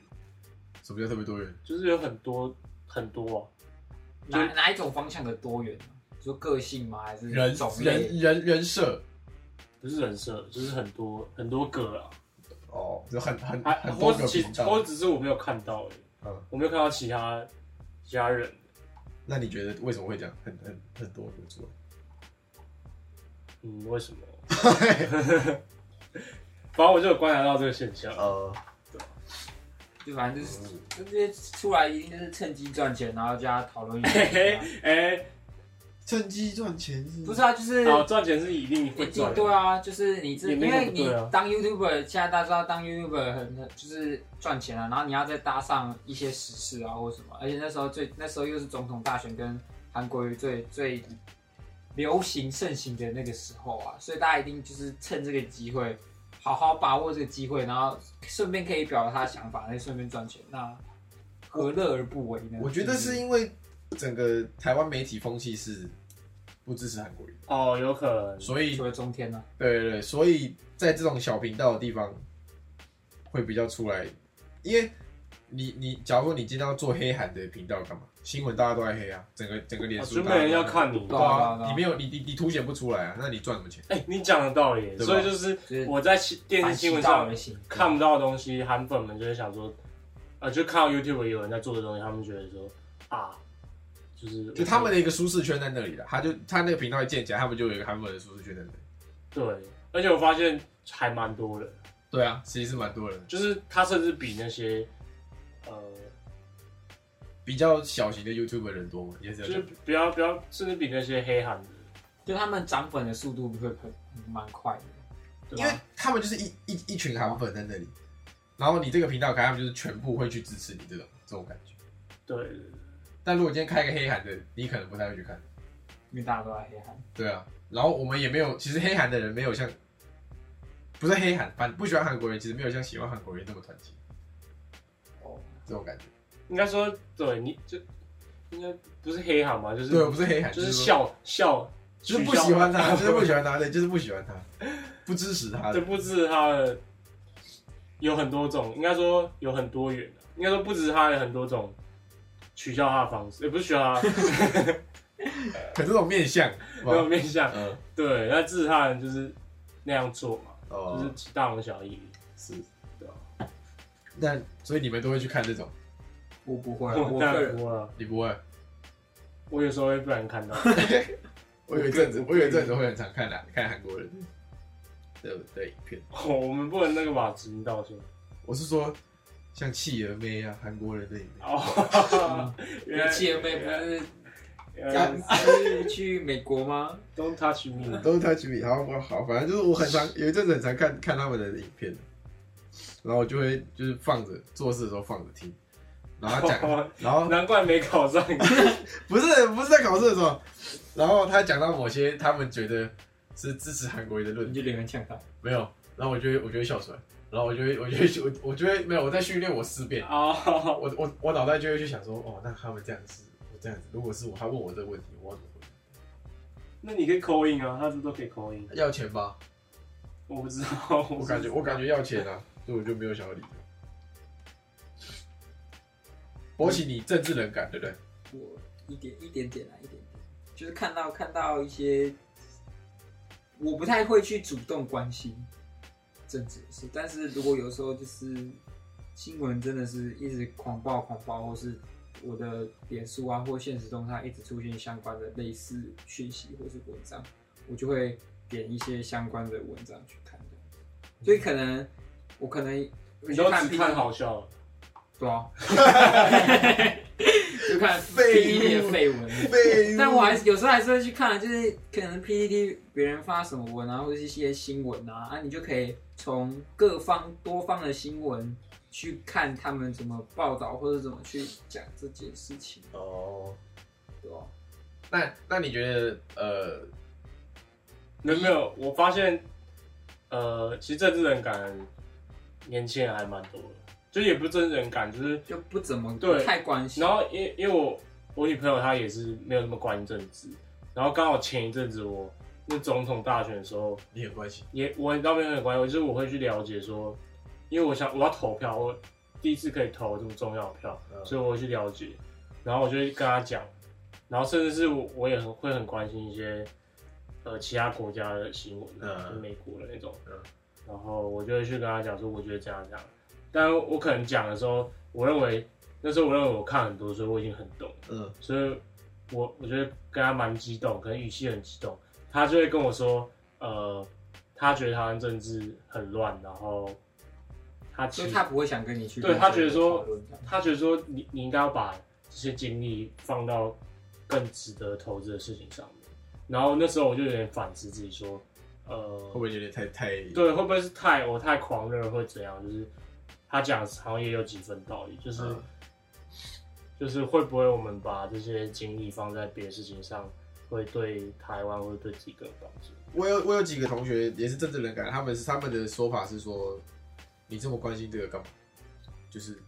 Speaker 2: 什么叫特别多元？
Speaker 3: 就是有很多很多、啊，
Speaker 4: 哪哪一种方向的多元啊？你说个性吗？还是
Speaker 2: 人
Speaker 4: 种类？
Speaker 2: 人人人设
Speaker 3: 不是人设，就是很多很多个啊，
Speaker 2: 哦，就很很
Speaker 3: 还
Speaker 2: 很
Speaker 3: 或
Speaker 2: 多
Speaker 3: 者
Speaker 2: 个
Speaker 3: 其
Speaker 2: 频
Speaker 3: 或
Speaker 2: 道。
Speaker 3: 只啊是我没有看到而已，
Speaker 2: 嗯
Speaker 3: 我没有看到其他其他人，
Speaker 2: 那你觉得为什么会讲很很很多个出来？ (laughs)
Speaker 3: 嗯，为什么？反正我就有观察到这个现象。
Speaker 2: 呃，
Speaker 4: 就反正就是
Speaker 3: 嗯
Speaker 4: 这些出来一定就是趁机赚钱，然后加讨论一下
Speaker 3: 嘿。嘿，哎，
Speaker 2: 趁机赚钱是
Speaker 4: 不是啊，就是
Speaker 3: 好赚钱是一定
Speaker 4: 一
Speaker 3: 会
Speaker 4: 定
Speaker 3: 赚，
Speaker 4: 对，啊，就是你自
Speaker 3: 也
Speaker 4: 因
Speaker 3: 没有
Speaker 4: 为
Speaker 3: 不
Speaker 4: 你
Speaker 3: 对啊
Speaker 4: 当 YouTuber，现在大家知道当 YouTuber 很很就是赚钱啊，然后你要再搭上一些时事啊或什么，而且那时候最那时候又是总统大选跟韩国瑜最最流行盛行的那个时候啊，所以大家一定就是趁这个机会，好好把握这个机会，然后顺便可以表达他的想法，再顺便赚钱，那何乐而不为呢？
Speaker 2: 我觉得是因为整个台湾媒体风气是不支持韩国瑜，
Speaker 3: 哦，有可能，
Speaker 2: 所以
Speaker 4: 所谓中天呢、
Speaker 2: 对对对，所以在这种小频道的地方会比较出来，因为你你假如你今天要做黑韩的频道干嘛？新闻大家都在黑啊，整个整个脸
Speaker 3: 啊
Speaker 2: 书
Speaker 3: 就
Speaker 2: 大
Speaker 3: 没
Speaker 2: 家都在
Speaker 3: 人要看你
Speaker 2: 对。
Speaker 4: 对啊对啊
Speaker 2: 啊，你没有你你你凸显不出来啊，那你赚什么钱？
Speaker 3: 哎， (laughs) 你讲的道理，
Speaker 2: 对吧
Speaker 3: 所以就是
Speaker 4: 就是
Speaker 3: 我在新电视
Speaker 4: 反
Speaker 3: 新
Speaker 4: 其
Speaker 3: 闻
Speaker 4: 道
Speaker 3: 上
Speaker 4: 而行，
Speaker 3: 看不到的东西，韩粉们就会想说，呃，就看到 YouTube 有人在做的东西，他们觉得说啊，就是
Speaker 2: 就他们的一个舒适圈在那里了，他就他那个频道一建起来，他们就有一个韩粉的舒适圈在那里。
Speaker 3: 对，而且我发现还蛮多的，
Speaker 2: 对啊，其实是蛮多人的，
Speaker 3: 就是他甚至比那些呃，
Speaker 2: 比较小型的 YouTube 人多嘛，也是有
Speaker 3: 就是不要不要，甚至比那些黑韩的，
Speaker 4: 就他们涨粉的速度会很蛮快的。
Speaker 3: 对
Speaker 2: 因为
Speaker 3: 吧？
Speaker 2: 他们就是一一一群韩粉在那里，然后你这个频道开，他们就是全部会去支持你这种这种感觉。
Speaker 3: 对对
Speaker 2: 但如果今天开一个黑韩的，你可能不太会去看。
Speaker 4: 因为大家都在黑韩，
Speaker 2: 对啊，然后我们也没有，其实黑韩的人没有像，不是黑韩，反不喜欢韩国人，其实没有像喜欢韩国人那么团结
Speaker 4: 哦，
Speaker 2: 这种感觉。
Speaker 3: 应该说对你就应该不是黑韩嘛，就是
Speaker 2: 对，我不是黑韩，
Speaker 3: 就是
Speaker 2: 说，
Speaker 3: 笑笑，
Speaker 2: 就是不
Speaker 3: 取笑
Speaker 2: 喜欢他，就是不喜欢他，对，就是不喜欢他，不支持
Speaker 4: 啊
Speaker 2: 他
Speaker 3: 这
Speaker 2: 的。
Speaker 3: 不止他的有很多种，应该说有很多元的、应该说不止他的很多种取笑他的方式，也、不是取笑他，
Speaker 4: (laughs)
Speaker 2: 可这种面 (laughs) 相，
Speaker 3: 没有面向。
Speaker 2: 嗯，
Speaker 3: 对，那制他人就是那样做嘛，就
Speaker 2: 哦
Speaker 3: 是，大同小异。
Speaker 2: 是，
Speaker 3: 对啊，
Speaker 2: 但所以你们都会去看这种，
Speaker 4: 我不会啊，
Speaker 3: 我
Speaker 4: 我
Speaker 3: 当
Speaker 4: 个
Speaker 3: 然
Speaker 4: 人
Speaker 3: 播了，
Speaker 2: 你不会？
Speaker 3: 我有时候会不然
Speaker 4: (laughs)
Speaker 3: 看到，
Speaker 2: 我有一阵子，我有一阵子会很常看的、看韩国人的的影片。
Speaker 3: 哦我们不能那个吧，指名道姓。
Speaker 2: 我是说，像企鹅妹啊，韩国人的影片。
Speaker 3: 哦，
Speaker 4: 嗯
Speaker 3: 原来
Speaker 4: 姐妹 (laughs) 不是
Speaker 3: 原来
Speaker 4: 刚是去美国吗？ (laughs)
Speaker 3: Don't touch me。 (laughs)
Speaker 2: 都是他举例，好我好，反正就是我很常有一阵子很常看看他们的影片，然后我就会就是放着做事的时候放着听，然后他讲，然后
Speaker 3: 难怪没考上， (laughs)
Speaker 2: 不是不是在考试的时候，然后他讲到某些他们觉得是支持韩国瑜的论
Speaker 4: 你就脸很呛他，
Speaker 2: 没有，然后我就会我就会笑出来，然后我就会我就会我我就会没有我在训练我思辨，
Speaker 3: 哦，
Speaker 2: 我我我脑袋就会去想说，哦，那他们这样是我这样子，如果是我，他问我这个问题，我要怎么回？
Speaker 3: 那你可以口音啊，他这都可以口音，
Speaker 2: 要钱吧？
Speaker 3: 我不知道，
Speaker 2: 我感觉我感觉要钱啊，所以我就没有想要理他。博起你政治冷感，对不对？
Speaker 4: 我一点一点点啊，一点点，就是看到看到一些，我不太会去主动关心政治的事，但是如果有时候就是新闻真的是一直狂爆狂爆，或是我的脸书啊或现实动态一直出现相关的类似讯息或是文章，我就会点一些相关的文章去看的，所以可能我可能
Speaker 3: 你都只
Speaker 4: 屁
Speaker 3: 看好笑了，
Speaker 4: 对啊， (laughs) 就看
Speaker 2: 废物
Speaker 4: PPT 的废文。
Speaker 2: 被
Speaker 4: 但我还是有时候还是会去看，就是可能 PPT 别人发什么文啊，或者是一些新闻啊，啊，你就可以从各方多方的新闻去看他们怎么报道或者怎么去讲这件事情，
Speaker 2: 哦。
Speaker 4: 对吧、
Speaker 2: 那那你觉得呃，
Speaker 3: 没有没有，我发现，呃，其实政治人感年轻人还蛮多的，就也不是政治人感，就是
Speaker 4: 就不怎么
Speaker 3: 对
Speaker 4: 太关心
Speaker 3: 然。后因因为我我女朋友她也是没有那么关心政治，然后刚好前一阵子我那总统大选的时候，
Speaker 2: 你有关系？
Speaker 3: 也我到面有点关系，就是我会去了解说，因为我想我要投票，我第一次可以投这么重要的票，
Speaker 2: 嗯
Speaker 3: 所以我会去了解，然后我就会跟她讲，然后甚至是我我也很会很关心一些呃其他国家的新闻，
Speaker 2: 嗯
Speaker 3: 就是美国的那种，
Speaker 2: 嗯
Speaker 3: 然后我就会去跟她讲说，我觉得这样这样，但我可能讲的时候，我认为那时候我认为我看很多，所以我已经很懂了，
Speaker 2: 嗯，
Speaker 3: 所以我我觉得跟他蛮激动，可能语气很激动，他就会跟我说，呃，他觉得台湾政治很乱，然后他其
Speaker 4: 所以
Speaker 3: 实
Speaker 4: 他不会想跟你去
Speaker 3: 对他觉得说
Speaker 4: 讨论这样
Speaker 3: 他觉得说你你应该要把这些精力放到更值得投资的事情上面。然后那时候我就有点反思自己说，呃，
Speaker 2: 会不会有点太太？
Speaker 3: 对，会不会是太我太狂热或怎样？就是他讲好像也有几分道理，就是、
Speaker 2: 嗯
Speaker 3: 就是会不会我们把这些精力放在别的事情上，会对台湾或者对自己更有帮助？
Speaker 2: 我有我有几个同学也是政治人感，他们是他们的说法是说，你这么关心这个干嘛？就是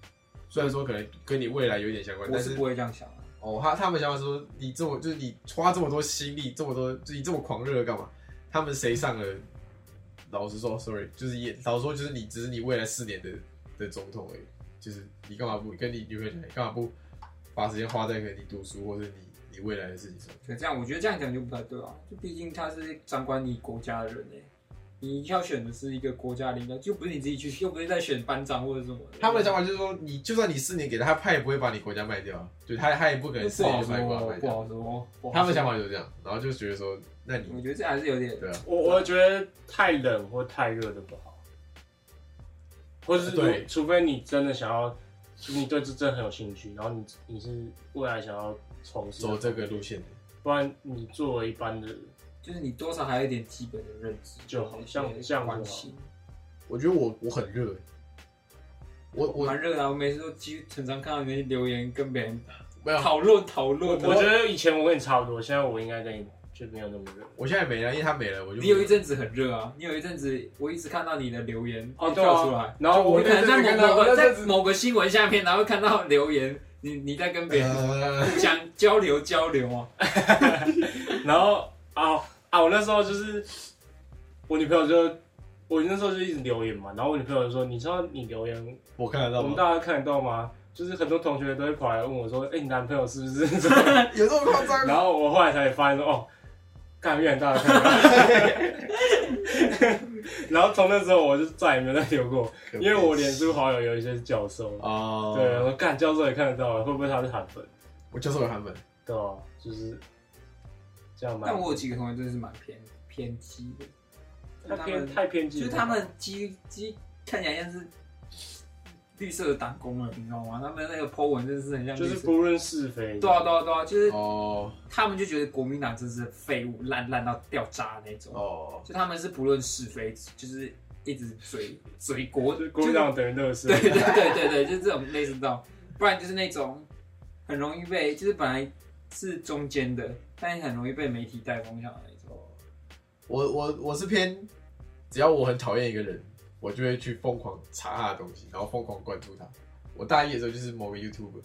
Speaker 2: 虽然说可能跟你未来有一点相关，
Speaker 4: 我
Speaker 2: 但
Speaker 4: 是
Speaker 2: 是
Speaker 4: 不会这样想的。啊
Speaker 2: 哦，他他们想法说，你这么就是你花这么多心力，这么多就是你这么狂热干嘛？他们谁上了？老实说，sorry，就是也老实说，就是你只是你未来四年的的总统而已，就是你干嘛不跟你女朋友讲，你干嘛不把时间花在可能你读书或者你你未来的事情上？
Speaker 4: 可这样，我觉得这样讲就不太对啊。就毕竟他是掌管你国家的人哎、你要选的是一个国家领导，就不是你自己去，又不是在选班长或者什么的。
Speaker 2: 他们的想法就是说，你就算你四年给他，他他也不会把你国家卖掉啊，对他他也不可能四
Speaker 4: 不啊
Speaker 2: 年
Speaker 4: 好
Speaker 2: 就把你国家
Speaker 4: 说，
Speaker 2: 卖
Speaker 4: 不
Speaker 2: 掉。
Speaker 4: 好说。不好说
Speaker 2: 他们的想，法就是这样，然后就觉得说，那
Speaker 4: 我
Speaker 2: 你
Speaker 4: 觉得这还是有点
Speaker 2: 对啊，
Speaker 3: 我我觉得太冷或太热的不好，或是
Speaker 2: 对
Speaker 3: 除非你真的想要，你对这真的很有兴趣，然后你你是未来想要从事的
Speaker 2: 走这个路线的，
Speaker 3: 不然你作为一般的人，
Speaker 4: 就是你多少还有一点基本的认知，
Speaker 3: 就好像
Speaker 4: 一些
Speaker 3: 这样就好
Speaker 4: 关系。
Speaker 2: 我觉得我我很热欸，我我
Speaker 4: 蛮热的啊，我每次都几乎常常看到你那些留言跟别人
Speaker 2: 没有，
Speaker 4: 讨论讨论。
Speaker 3: 我觉得以前我跟你差不多，现在我应该跟你就没有那么热。
Speaker 2: 我现在没了，因为他没了，我就
Speaker 4: 你有一阵子很热啊，你有一阵子我一直看到你的留言
Speaker 3: 哦，对
Speaker 4: 跳出来
Speaker 3: 啊，，然后我
Speaker 4: 你可能在
Speaker 2: 看到
Speaker 4: 某某
Speaker 2: 我
Speaker 4: 个
Speaker 2: 那阵
Speaker 4: 在
Speaker 2: 子
Speaker 4: 某个新闻下面，然后看到留言，你你在跟别人
Speaker 2: 呃，
Speaker 4: 讲交流交流啊，
Speaker 3: 然后啊啊，我那时候就是我女朋友就。我那时候就一直留言嘛，然后我女朋友就说：“你知道你留言，
Speaker 2: 我看得
Speaker 3: 我
Speaker 2: 到
Speaker 3: 们
Speaker 2: 吗？
Speaker 3: 大家看得到吗？就是很多同学都会跑来问我说：‘哎、你男朋友是不是？’ (laughs)
Speaker 2: 有这么夸张？
Speaker 3: 然后我后来才发现说：‘哦，干越来越大的看不到 (laughs) 然后从那时候我就再也没有再留过，因为我脸书好友有一些是教授，
Speaker 2: 哦，
Speaker 3: 对，我，干教授也看得到，会不会他是韩粉？
Speaker 2: 我教授有韩文，
Speaker 3: 对啊，就是这样吧。
Speaker 4: 但我有几个同学真的是蛮偏偏激的，
Speaker 3: 太
Speaker 4: 他
Speaker 3: 偏
Speaker 4: 们
Speaker 3: 太偏激
Speaker 4: 就
Speaker 3: 了，
Speaker 4: 是他们基基看起来像是绿色的党工了，你知道吗？他们那个 po 文真的是很像
Speaker 3: 就是
Speaker 4: 绿色
Speaker 3: 不论是非。
Speaker 4: 对啊对啊对啊，就是
Speaker 2: 哦
Speaker 4: 他们就觉得国民党真是废物，烂烂到掉渣那种。
Speaker 2: 哦，
Speaker 4: 就他们是不论是非，就是一直嘴嘴国
Speaker 3: 就是国民党等于乐视。
Speaker 4: (laughs)
Speaker 3: 哎
Speaker 4: 对对对对对，就是这种类似这种，不然就是那种很容易被，就是本来是中间的，但也很容易被媒体带风向的那种。
Speaker 2: 我我我是偏，只要我很讨厌一个人，我就会去疯狂查他的东西，然后疯狂关注他。我大一的时候就是某个 YouTuber，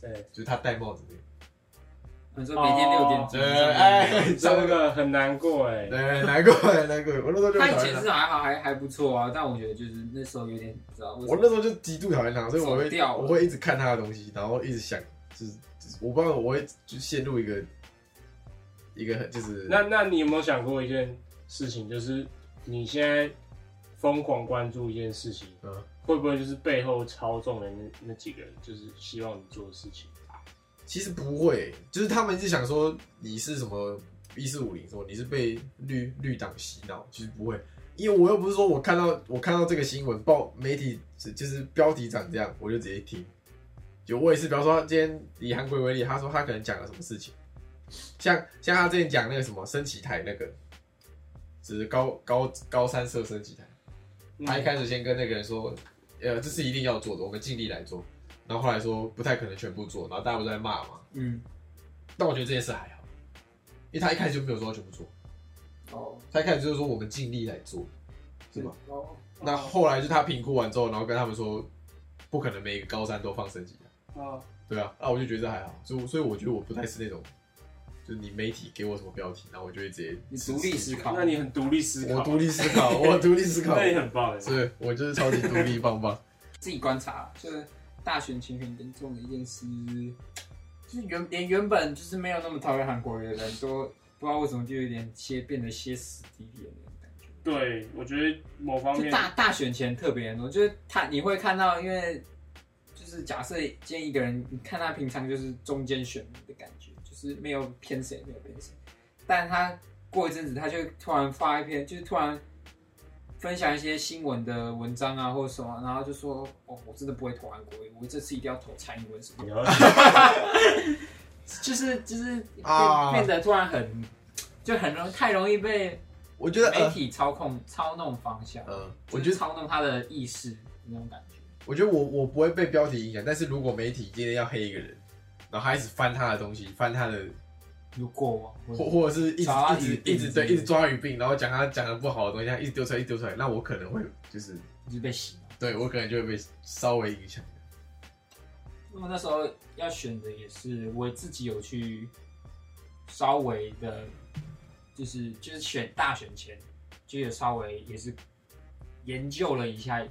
Speaker 3: 对，
Speaker 2: 就是他戴帽子那个，
Speaker 4: 你说每天六点钟，
Speaker 3: 哦
Speaker 2: 对，哎，你知道
Speaker 3: 这
Speaker 2: 那个，
Speaker 3: 个很难过哎
Speaker 2: 对，。难过难过，我那时候就
Speaker 4: 他
Speaker 2: 很
Speaker 4: 以
Speaker 2: 讨
Speaker 4: 前
Speaker 2: 厌
Speaker 4: 是还好，还还不错啊，但我觉得就是那时候有点不知道为什
Speaker 2: 我
Speaker 4: 么。
Speaker 2: 那时候就极度讨厌他，所以我会
Speaker 4: 走掉了
Speaker 2: 我会一直看他的东西，然后一直想，就是就是我不知道我会就陷入一个一个很就是
Speaker 3: 那那你有没有想过一件事情，就是你现在疯狂关注一件事情，
Speaker 2: 嗯
Speaker 3: 会不会就是背后操纵的那那几个人，就是希望你做的事情？
Speaker 2: 其实不会，就是他们一直想说你是什么一四五零，什么你是被绿绿党洗脑，其实不会，因为我又不是说我看到我看到这个新闻报媒体就是标题长这样，我就直接听。就我也是，比方说今天以韩国为例，他说他可能讲了什么事情，像像他之前讲那个什么升旗台那个，只是高高高三设升旗台，他一开始先跟那个人说，呃，这是一定要做的，我们尽力来做。然后后来说不太可能全部做，然后大家不是在骂嘛。
Speaker 4: 嗯，
Speaker 2: 但我觉得这件事还好，因为他一开始就没有说要全部做，
Speaker 4: 哦，
Speaker 2: 他一开始就是说我们尽力来做，是吧？
Speaker 4: 哦，
Speaker 2: 那后来就他评估完之后，然后跟他们说，不可能每一个高三都放升级啊，
Speaker 4: 哦
Speaker 3: 啊，
Speaker 2: 对啊，啊我就觉得这还好，所以所以我觉得我不太是那种，就是你媒体给我什么标题，然后我就会直接
Speaker 4: 你独立思考，
Speaker 3: 那你很独立思
Speaker 2: 我
Speaker 3: 考，
Speaker 2: 独立思考，我独立思考
Speaker 3: 那，你很棒哎。
Speaker 2: 是我就是超级独立棒棒，
Speaker 4: 自己观察，就是大选情很严重的一件事，就是原连原本就是没有那么讨厌韩国瑜的人都不知道为什么就有点歇变得歇斯底里的那种感觉。
Speaker 3: 对，我觉得某方
Speaker 4: 就
Speaker 3: 面
Speaker 4: 大大选前特别严重，就是他你会看到，因为就是假设今天一个人，你看他平常就是中间选民的感觉，就是没有偏谁，没有偏谁，但他过一阵子他就突然发一篇，就是突然分享一些新闻的文章啊，或者什么，然后就说：“哦，我真的不会投韩国瑜，我这次一定要投蔡英文什么。
Speaker 3: 你要”
Speaker 4: 就是就是
Speaker 2: 啊
Speaker 4: 变变得突然很，就很容太容易被
Speaker 2: (laughs) 我觉得
Speaker 4: 媒
Speaker 2: 呃
Speaker 4: 体操控、操弄方向，
Speaker 2: 呃，
Speaker 4: 就
Speaker 2: 我
Speaker 4: 是
Speaker 2: 觉得
Speaker 4: 操弄他的意识那种感觉。
Speaker 2: 我觉得我我不会被标题影响，但是如果媒体今天要黑一个人，然后他一直翻他的东西，翻他的
Speaker 4: 如果我
Speaker 2: 或或者是一直
Speaker 4: 抓
Speaker 2: 一
Speaker 4: 语
Speaker 2: 直一
Speaker 4: 病
Speaker 2: 直
Speaker 4: 之
Speaker 2: 对
Speaker 4: 类的
Speaker 2: 一直抓语病，然后讲他讲的不好的东西，他一直丢出来，一直丢出来，那我可能会就是
Speaker 4: 就是被洗脑。
Speaker 2: 对我可能就会被稍微影响。
Speaker 4: 那么那时候要选的也是我自己有去稍微的，就是就是选大选前就有稍微也是研究了一下，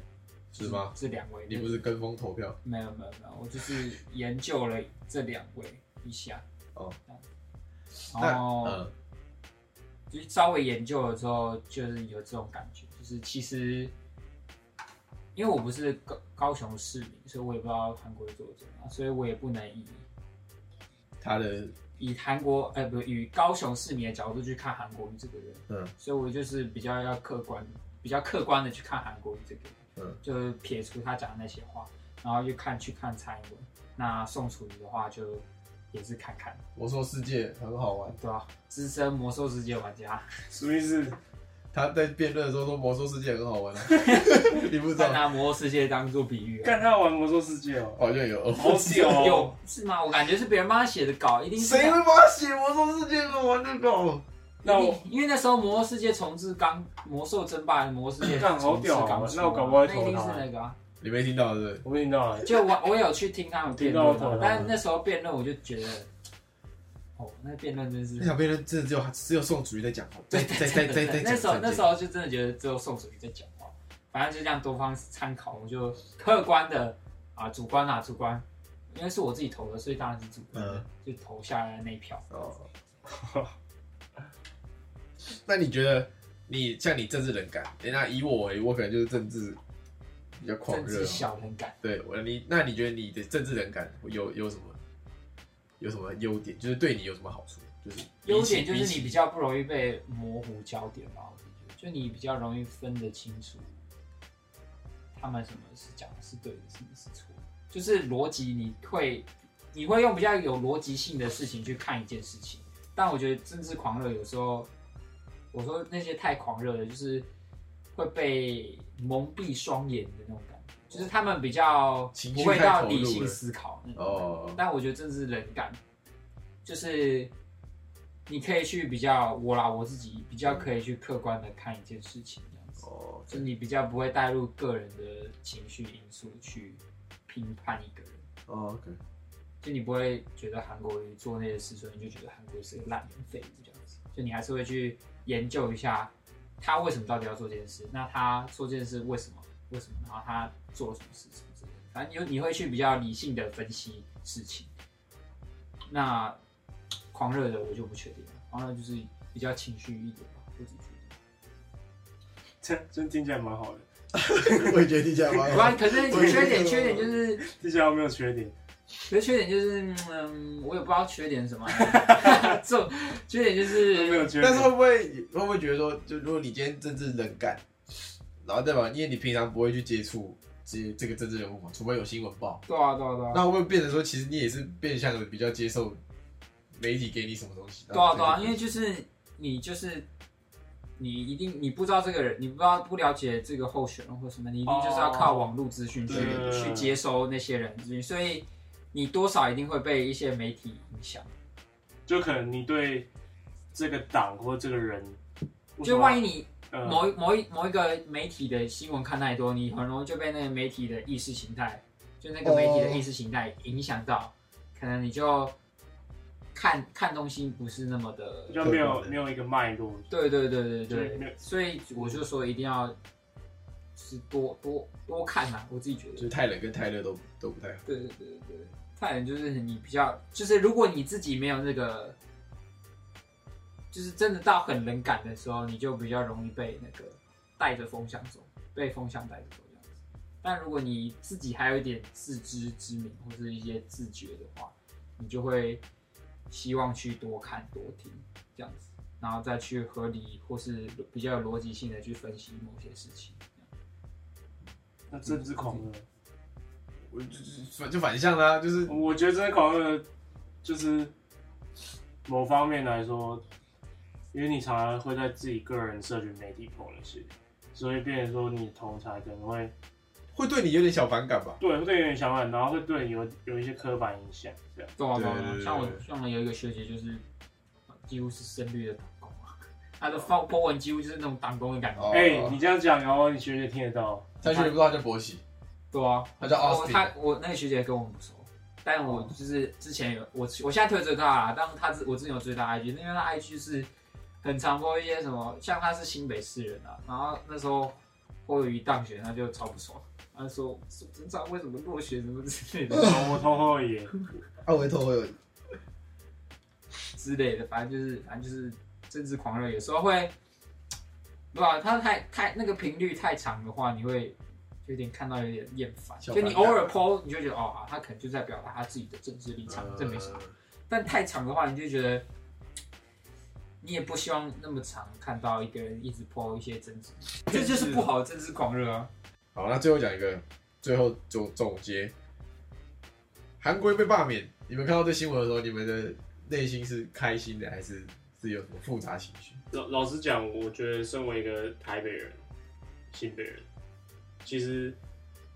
Speaker 2: 是吗？
Speaker 4: 这两位，
Speaker 2: 你不是跟风投票？
Speaker 4: 没有没有没有，我就是研究了这两位一下
Speaker 2: 哦，
Speaker 4: 然后、
Speaker 2: 嗯，
Speaker 4: 就是稍微研究了之后，就是有这种感觉，就是其实因为我不是高高雄市民，所以我也不知道韩国瑜做的怎么样，所以我也不能以
Speaker 2: 他的
Speaker 4: 以韩国呃不以高雄市民的角度去看韩国瑜这个人，
Speaker 2: 嗯，
Speaker 4: 所以我就是比较要客观，比较客观的去看韩国瑜这个人，
Speaker 2: 嗯，
Speaker 4: 就是撇除他讲的那些话，然后又看去看蔡英文，那宋楚瑜的话就也是看看，
Speaker 2: 魔兽世界很好玩。
Speaker 4: 对吧、资深魔兽世界玩家，
Speaker 3: 什么意思？ (laughs)
Speaker 2: 他在辩论的时候说魔兽世界很好玩
Speaker 4: (laughs)
Speaker 2: 啊，你不知
Speaker 4: 再
Speaker 2: 道？
Speaker 4: (laughs) 拿魔兽世界当做比喻、啊，
Speaker 3: 干他玩魔兽世界哦，
Speaker 2: 好像有，
Speaker 3: 好屌
Speaker 4: (laughs) 有
Speaker 3: 哦！
Speaker 4: 是吗？我感觉是别人帮他写的稿，一定是
Speaker 2: 谁会帮他写魔兽世界很好玩这种？
Speaker 3: 那我
Speaker 4: 因为那时候《魔兽世界》重置刚，《魔兽争霸》《魔兽世界》
Speaker 3: 干好
Speaker 4: 重置
Speaker 3: 屌啊
Speaker 4: 刚出
Speaker 3: 那我搞不好会
Speaker 4: 那一定
Speaker 3: 投
Speaker 4: 是
Speaker 3: 他
Speaker 4: 那个、啊。
Speaker 2: 你没听到是不是？
Speaker 3: 我跟你讲啊，
Speaker 4: 就我我有去听他们辩
Speaker 3: 听到我投
Speaker 4: 论
Speaker 3: 他，
Speaker 4: 但那时候辩论我就觉得，哦，那辩论真是
Speaker 2: 那。场辩论真的只有只有宋楚瑜在讲话，在
Speaker 4: 对
Speaker 2: 在在
Speaker 4: 对对
Speaker 2: 在
Speaker 4: 对
Speaker 2: 在
Speaker 4: 对，
Speaker 2: 讲
Speaker 4: 那时候那时
Speaker 2: 候
Speaker 4: 候就真的觉得只有宋楚瑜在讲话，反正就这样多方参考，我就客观的啊，主观啊，主观，因为是我自己投的，所以当然是主观
Speaker 2: 嗯
Speaker 4: 的，就投下来的那一票。
Speaker 2: 哦。 (laughs) 那你觉得你像你政治冷感？诶那以我为，我可能就是政治比较狂
Speaker 4: 政
Speaker 2: 热
Speaker 4: 治
Speaker 2: 嘛。
Speaker 4: 小人感，
Speaker 2: 对，我你那你觉得你的政治冷感有有什么有什么优点？就是对你有什么好处？就是
Speaker 4: 优
Speaker 2: 比起
Speaker 4: 点就是
Speaker 2: 比
Speaker 4: 你
Speaker 2: 起
Speaker 4: 比较不容易被模糊焦点吧，我觉得，就你比较容易分得清楚他们什么是讲的是对的，什么是错的，就是逻辑你会你会用比较有逻辑性的事情去看一件事情，但我觉得政治狂热有时候，我说那些太狂热的，就是会被蒙蔽双眼的那种感觉，就是他们比较
Speaker 2: 情绪
Speaker 4: 不会
Speaker 2: 太
Speaker 4: 到
Speaker 2: 投
Speaker 4: 理
Speaker 2: 入
Speaker 4: 性
Speaker 2: 了
Speaker 4: 思考那种感觉
Speaker 2: 哦，
Speaker 4: 但我觉得政治冷感，就是你可以去比较我啦，我自己比较可以去客观的看一件事情，这样子，
Speaker 2: 哦，
Speaker 4: 就是你比较不会带入个人的情绪因素去评判一个人，
Speaker 2: 哦，OK， (laughs)
Speaker 4: 就你不会觉得韩国瑜做那些事，所以你就觉得韩国瑜是个烂人废物这样子，就你还是会去研究一下他为什么到底要做这件事，那他做这件事为什么，为什么，然后他做了什么事什么之类的，反正你会你会去比较理性的分析事情。那狂热的我就不确定了，狂热就是比较情绪一点吧，我自己觉得。
Speaker 3: 真真听起来蛮好的，
Speaker 2: 我也觉得你讲蛮
Speaker 4: 不
Speaker 2: 好
Speaker 4: 然，可是
Speaker 2: 我也觉
Speaker 4: 缺
Speaker 2: 得
Speaker 4: 点缺点就是，
Speaker 3: 听起来没有缺点。
Speaker 4: 可是缺点就是，嗯，我也不知道缺点什么，这种缺点就
Speaker 3: 没
Speaker 4: 是
Speaker 3: 有
Speaker 4: 嗯
Speaker 3: 缺
Speaker 2: 但是会
Speaker 3: 点。
Speaker 2: 不会会不会觉得说，就如果你今天政治冷感，然后代表因为你平常不会去接触这这个政治人物嘛，除非有新闻报，
Speaker 4: 对啊对啊对啊。
Speaker 2: 那会不会变成说，其实你也是变相的比较接受媒体给你什么东西？
Speaker 4: 对啊，
Speaker 2: 然
Speaker 4: 对
Speaker 2: 后
Speaker 4: 啊，
Speaker 2: 这个
Speaker 4: 因为就是你就是你一定你不知道这个人，你不知道不了解这个候选人或什么，你一定就是要靠网络资讯去、
Speaker 3: 哦对
Speaker 4: 去接收那些人的资讯，所以你多少一定会被一些媒体影响。
Speaker 3: 就可能你对这个党或这个人，
Speaker 4: 就万一你
Speaker 3: 呃
Speaker 4: 某一某一某一个媒体的新闻看太多，你很容易就被那个媒体的意识形态，就那个媒体的意识形态影响到，可能你就看看东西不是那么的
Speaker 3: 就没有没有一个脉络，
Speaker 4: 对对对对
Speaker 3: 对没有
Speaker 4: 对，所以我就说一定要就是多多多看嘛，我自己觉
Speaker 2: 就是
Speaker 4: 得。
Speaker 2: 太冷跟太热都都不太好。
Speaker 4: 对对对对，对太阳就是你比较，就是如果你自己没有那个，就是真的到很冷感的时候，你就比较容易被那个带着风向走，被风向带着走这样子。但如果你自己还有一点自知之明或是一些自觉的话，你就会希望去多看多听这样子。然后再去合理或是比较有逻辑性的去分析某些事情。
Speaker 3: 那政治狂热，
Speaker 2: 我就就就反向啦、就是
Speaker 3: 我觉得政治狂热就是某方面来说，因为你常常会在自己个人社群媒体 po 那些，所以变成说你的同才可能会
Speaker 2: 会对你有点小反感吧。
Speaker 3: 对会对有点想法，然后会对你有有一些刻板印象这样。
Speaker 4: 对啊，
Speaker 2: 对
Speaker 4: 对啊
Speaker 2: 对对
Speaker 4: 像我
Speaker 2: 对
Speaker 4: 像我有一个学姐就是几乎是深绿的党工啊， (laughs) 她的发波文几乎就是那种党工的感觉。
Speaker 2: 哦
Speaker 3: 哎、你这样讲，然后你学姐听得到，
Speaker 2: 他确实不知道他叫博喜，
Speaker 4: 对啊，
Speaker 2: 他叫 Austin
Speaker 4: 我
Speaker 2: 哦
Speaker 4: 他我那个学姐跟我们不熟，但我就是之前有我我现在退追她啦，但她之我之前有追她 IG，因为她 IG 是很常播一些什么，像她是新北市人啊，然后那时候郭友一当选，她就超不爽，她就说真知道为什么落选什么之
Speaker 2: (laughs)
Speaker 4: 类的
Speaker 3: 哦我偷后也
Speaker 2: 二维头有
Speaker 4: 之类的，反正就是反正就是政治狂热，有时候会，对吧、啊？它太太那个频率太长的话，你会。有点看到有点厌烦，
Speaker 2: 小
Speaker 4: 就
Speaker 2: 反
Speaker 4: 你
Speaker 2: 感
Speaker 4: 偶尔 PO，你就觉得哦，啊他可能就在表达他自己的政治立场，
Speaker 2: 嗯
Speaker 4: 这没
Speaker 2: 呃
Speaker 4: 啥。但太长的话，你就觉得你也不希望那么长看到一个人一直抛一些政治，这就是不好的政治狂热啊。
Speaker 2: 好，那最后讲一个，最后总总结，韩国瑜被罢免，你们看到这新闻的时候，你们的内心是开心的，还是是有什么复杂情绪？
Speaker 3: 老老实讲，我觉得身为一个台北人、新北人，其实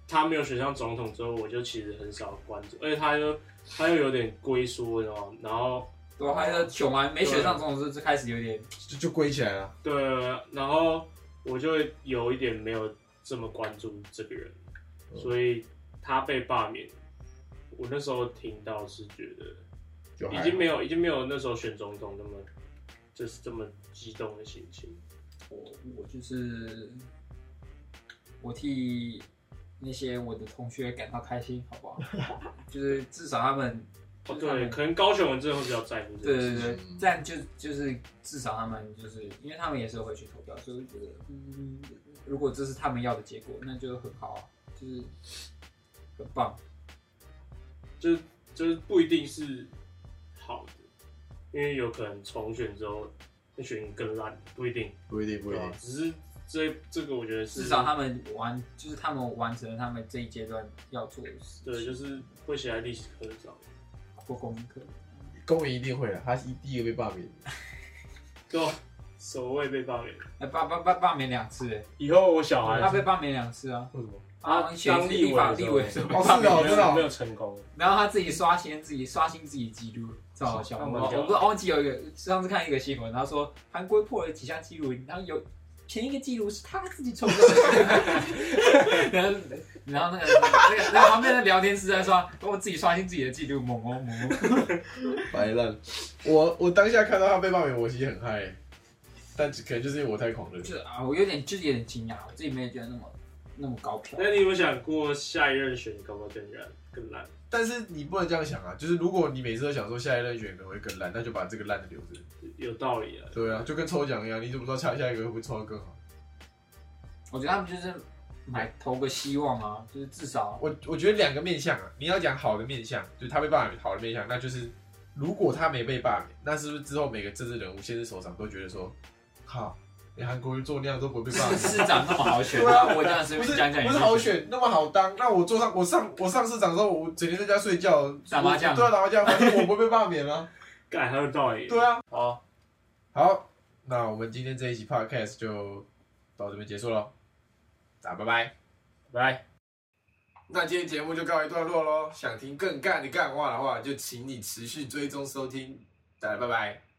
Speaker 3: 他没有选上总统之后，我就其实很少关注，而且他又他又有点龟缩，你知道吗？然后
Speaker 4: 对啊，还有选完没选上总统之后，就开始有点
Speaker 2: 就就归起来了。
Speaker 3: 对，啊然后我就会有一点没有这么关注这个人，
Speaker 2: 嗯
Speaker 3: 所以他被罢免，我那时候听到是觉得
Speaker 2: 就还
Speaker 3: 已
Speaker 2: 好
Speaker 3: 经没有已经没有那时候选总统那么就是这么激动的心情。
Speaker 4: 我我就是我替那些我的同学感到开心，好不 (laughs) 好？就是至少他们，
Speaker 3: 哦，
Speaker 4: 他
Speaker 3: 对，
Speaker 4: 们
Speaker 3: 可能高雄人真的会比较在乎这
Speaker 4: 对
Speaker 3: 个事
Speaker 4: 对
Speaker 3: 情。
Speaker 4: 对，这样就就是至少他们就是因为他们也是会去投票，所以我觉得，嗯，如果这是他们要的结果，那就很好啊，就是很棒。
Speaker 3: 就是就是不一定是好的，因为有可能重选之后那选更烂，不一定，
Speaker 2: 不一定，不一
Speaker 3: 对啊
Speaker 2: 定
Speaker 3: 吧？。只是这这个我觉得是
Speaker 4: 至少他们完，就是他们完成了他们这一阶段要做的事
Speaker 3: 对，
Speaker 4: 情，
Speaker 3: 就是会写在历史课上，
Speaker 4: 做功课。
Speaker 2: 公民一定会的，啊他是第一个被罢免的。
Speaker 3: 对吧，首位被罢免，
Speaker 4: 哎，罢罢罢罢免两次，哎，
Speaker 3: 以后我小
Speaker 4: 他被罢免两次啊，
Speaker 2: 为什么？ (laughs)
Speaker 3: 他
Speaker 4: 好像前一次立法
Speaker 3: 当立委的时
Speaker 4: 立
Speaker 3: 候
Speaker 4: 委的时候被
Speaker 2: 哦
Speaker 4: (laughs) 罢
Speaker 2: 是哦
Speaker 4: 免两次
Speaker 2: 真的哦
Speaker 3: 没有成功，
Speaker 4: 然后他自己刷新自己刷新自己记录，超好笑。
Speaker 3: 那
Speaker 4: 我
Speaker 3: 蛮
Speaker 4: 我
Speaker 3: 屌的
Speaker 4: 不知道忘记有一个上次看一个新闻，他说韩国破了几项记录，然后有前一个记录是他自己创造的，然后然后那个那个那个旁边的聊天室在说，我自己刷新自己的记录，猛哦猛哦。
Speaker 2: 白烂。我我当下看到他被罢免，我其实很嗨，但只可能就是因为我太狂热
Speaker 4: 就。是啊，我有点就是有点惊讶，我自己没有觉得那么那么高票。
Speaker 3: 那你有没有想过下一任选搞不好更烂更烂？
Speaker 2: 但是你不能这样想啊，就是如果你每次都想说下一任选可能会更烂，那就把这个烂的留着。
Speaker 3: 有道理啊，
Speaker 2: 对啊，就跟抽奖一样，你怎么知道下下一个会不会抽到更好？
Speaker 4: 我觉得他们就是买投个希望啊，就是至少
Speaker 2: 我我觉得两个面相啊，你要讲好的面相，就是他被罢免好的面相，那就是如果他没被罢免，那是不是之后每个政治人物、先是首长都觉得说，好，你韩国瑜做那样都不会被罢免，
Speaker 4: (laughs) 市长那么好选，
Speaker 2: 对啊
Speaker 4: 我这样随
Speaker 2: 不是
Speaker 4: 便讲讲也
Speaker 2: 不是好选，那么好当。那我坐上我上我上市长之后，我整天在家睡觉
Speaker 4: 打麻将
Speaker 2: 我对啊，打麻将，反正我不会被罢免啊。
Speaker 3: 改很有道理。
Speaker 2: 对啊，
Speaker 3: 好，
Speaker 2: 好，那我们今天这一期 podcast 就到这边结束了，那拜拜。
Speaker 3: 来。
Speaker 1: 那今天节目就告一段落喽。想听更干的干话的话，就请你持续追踪收听。大家拜拜。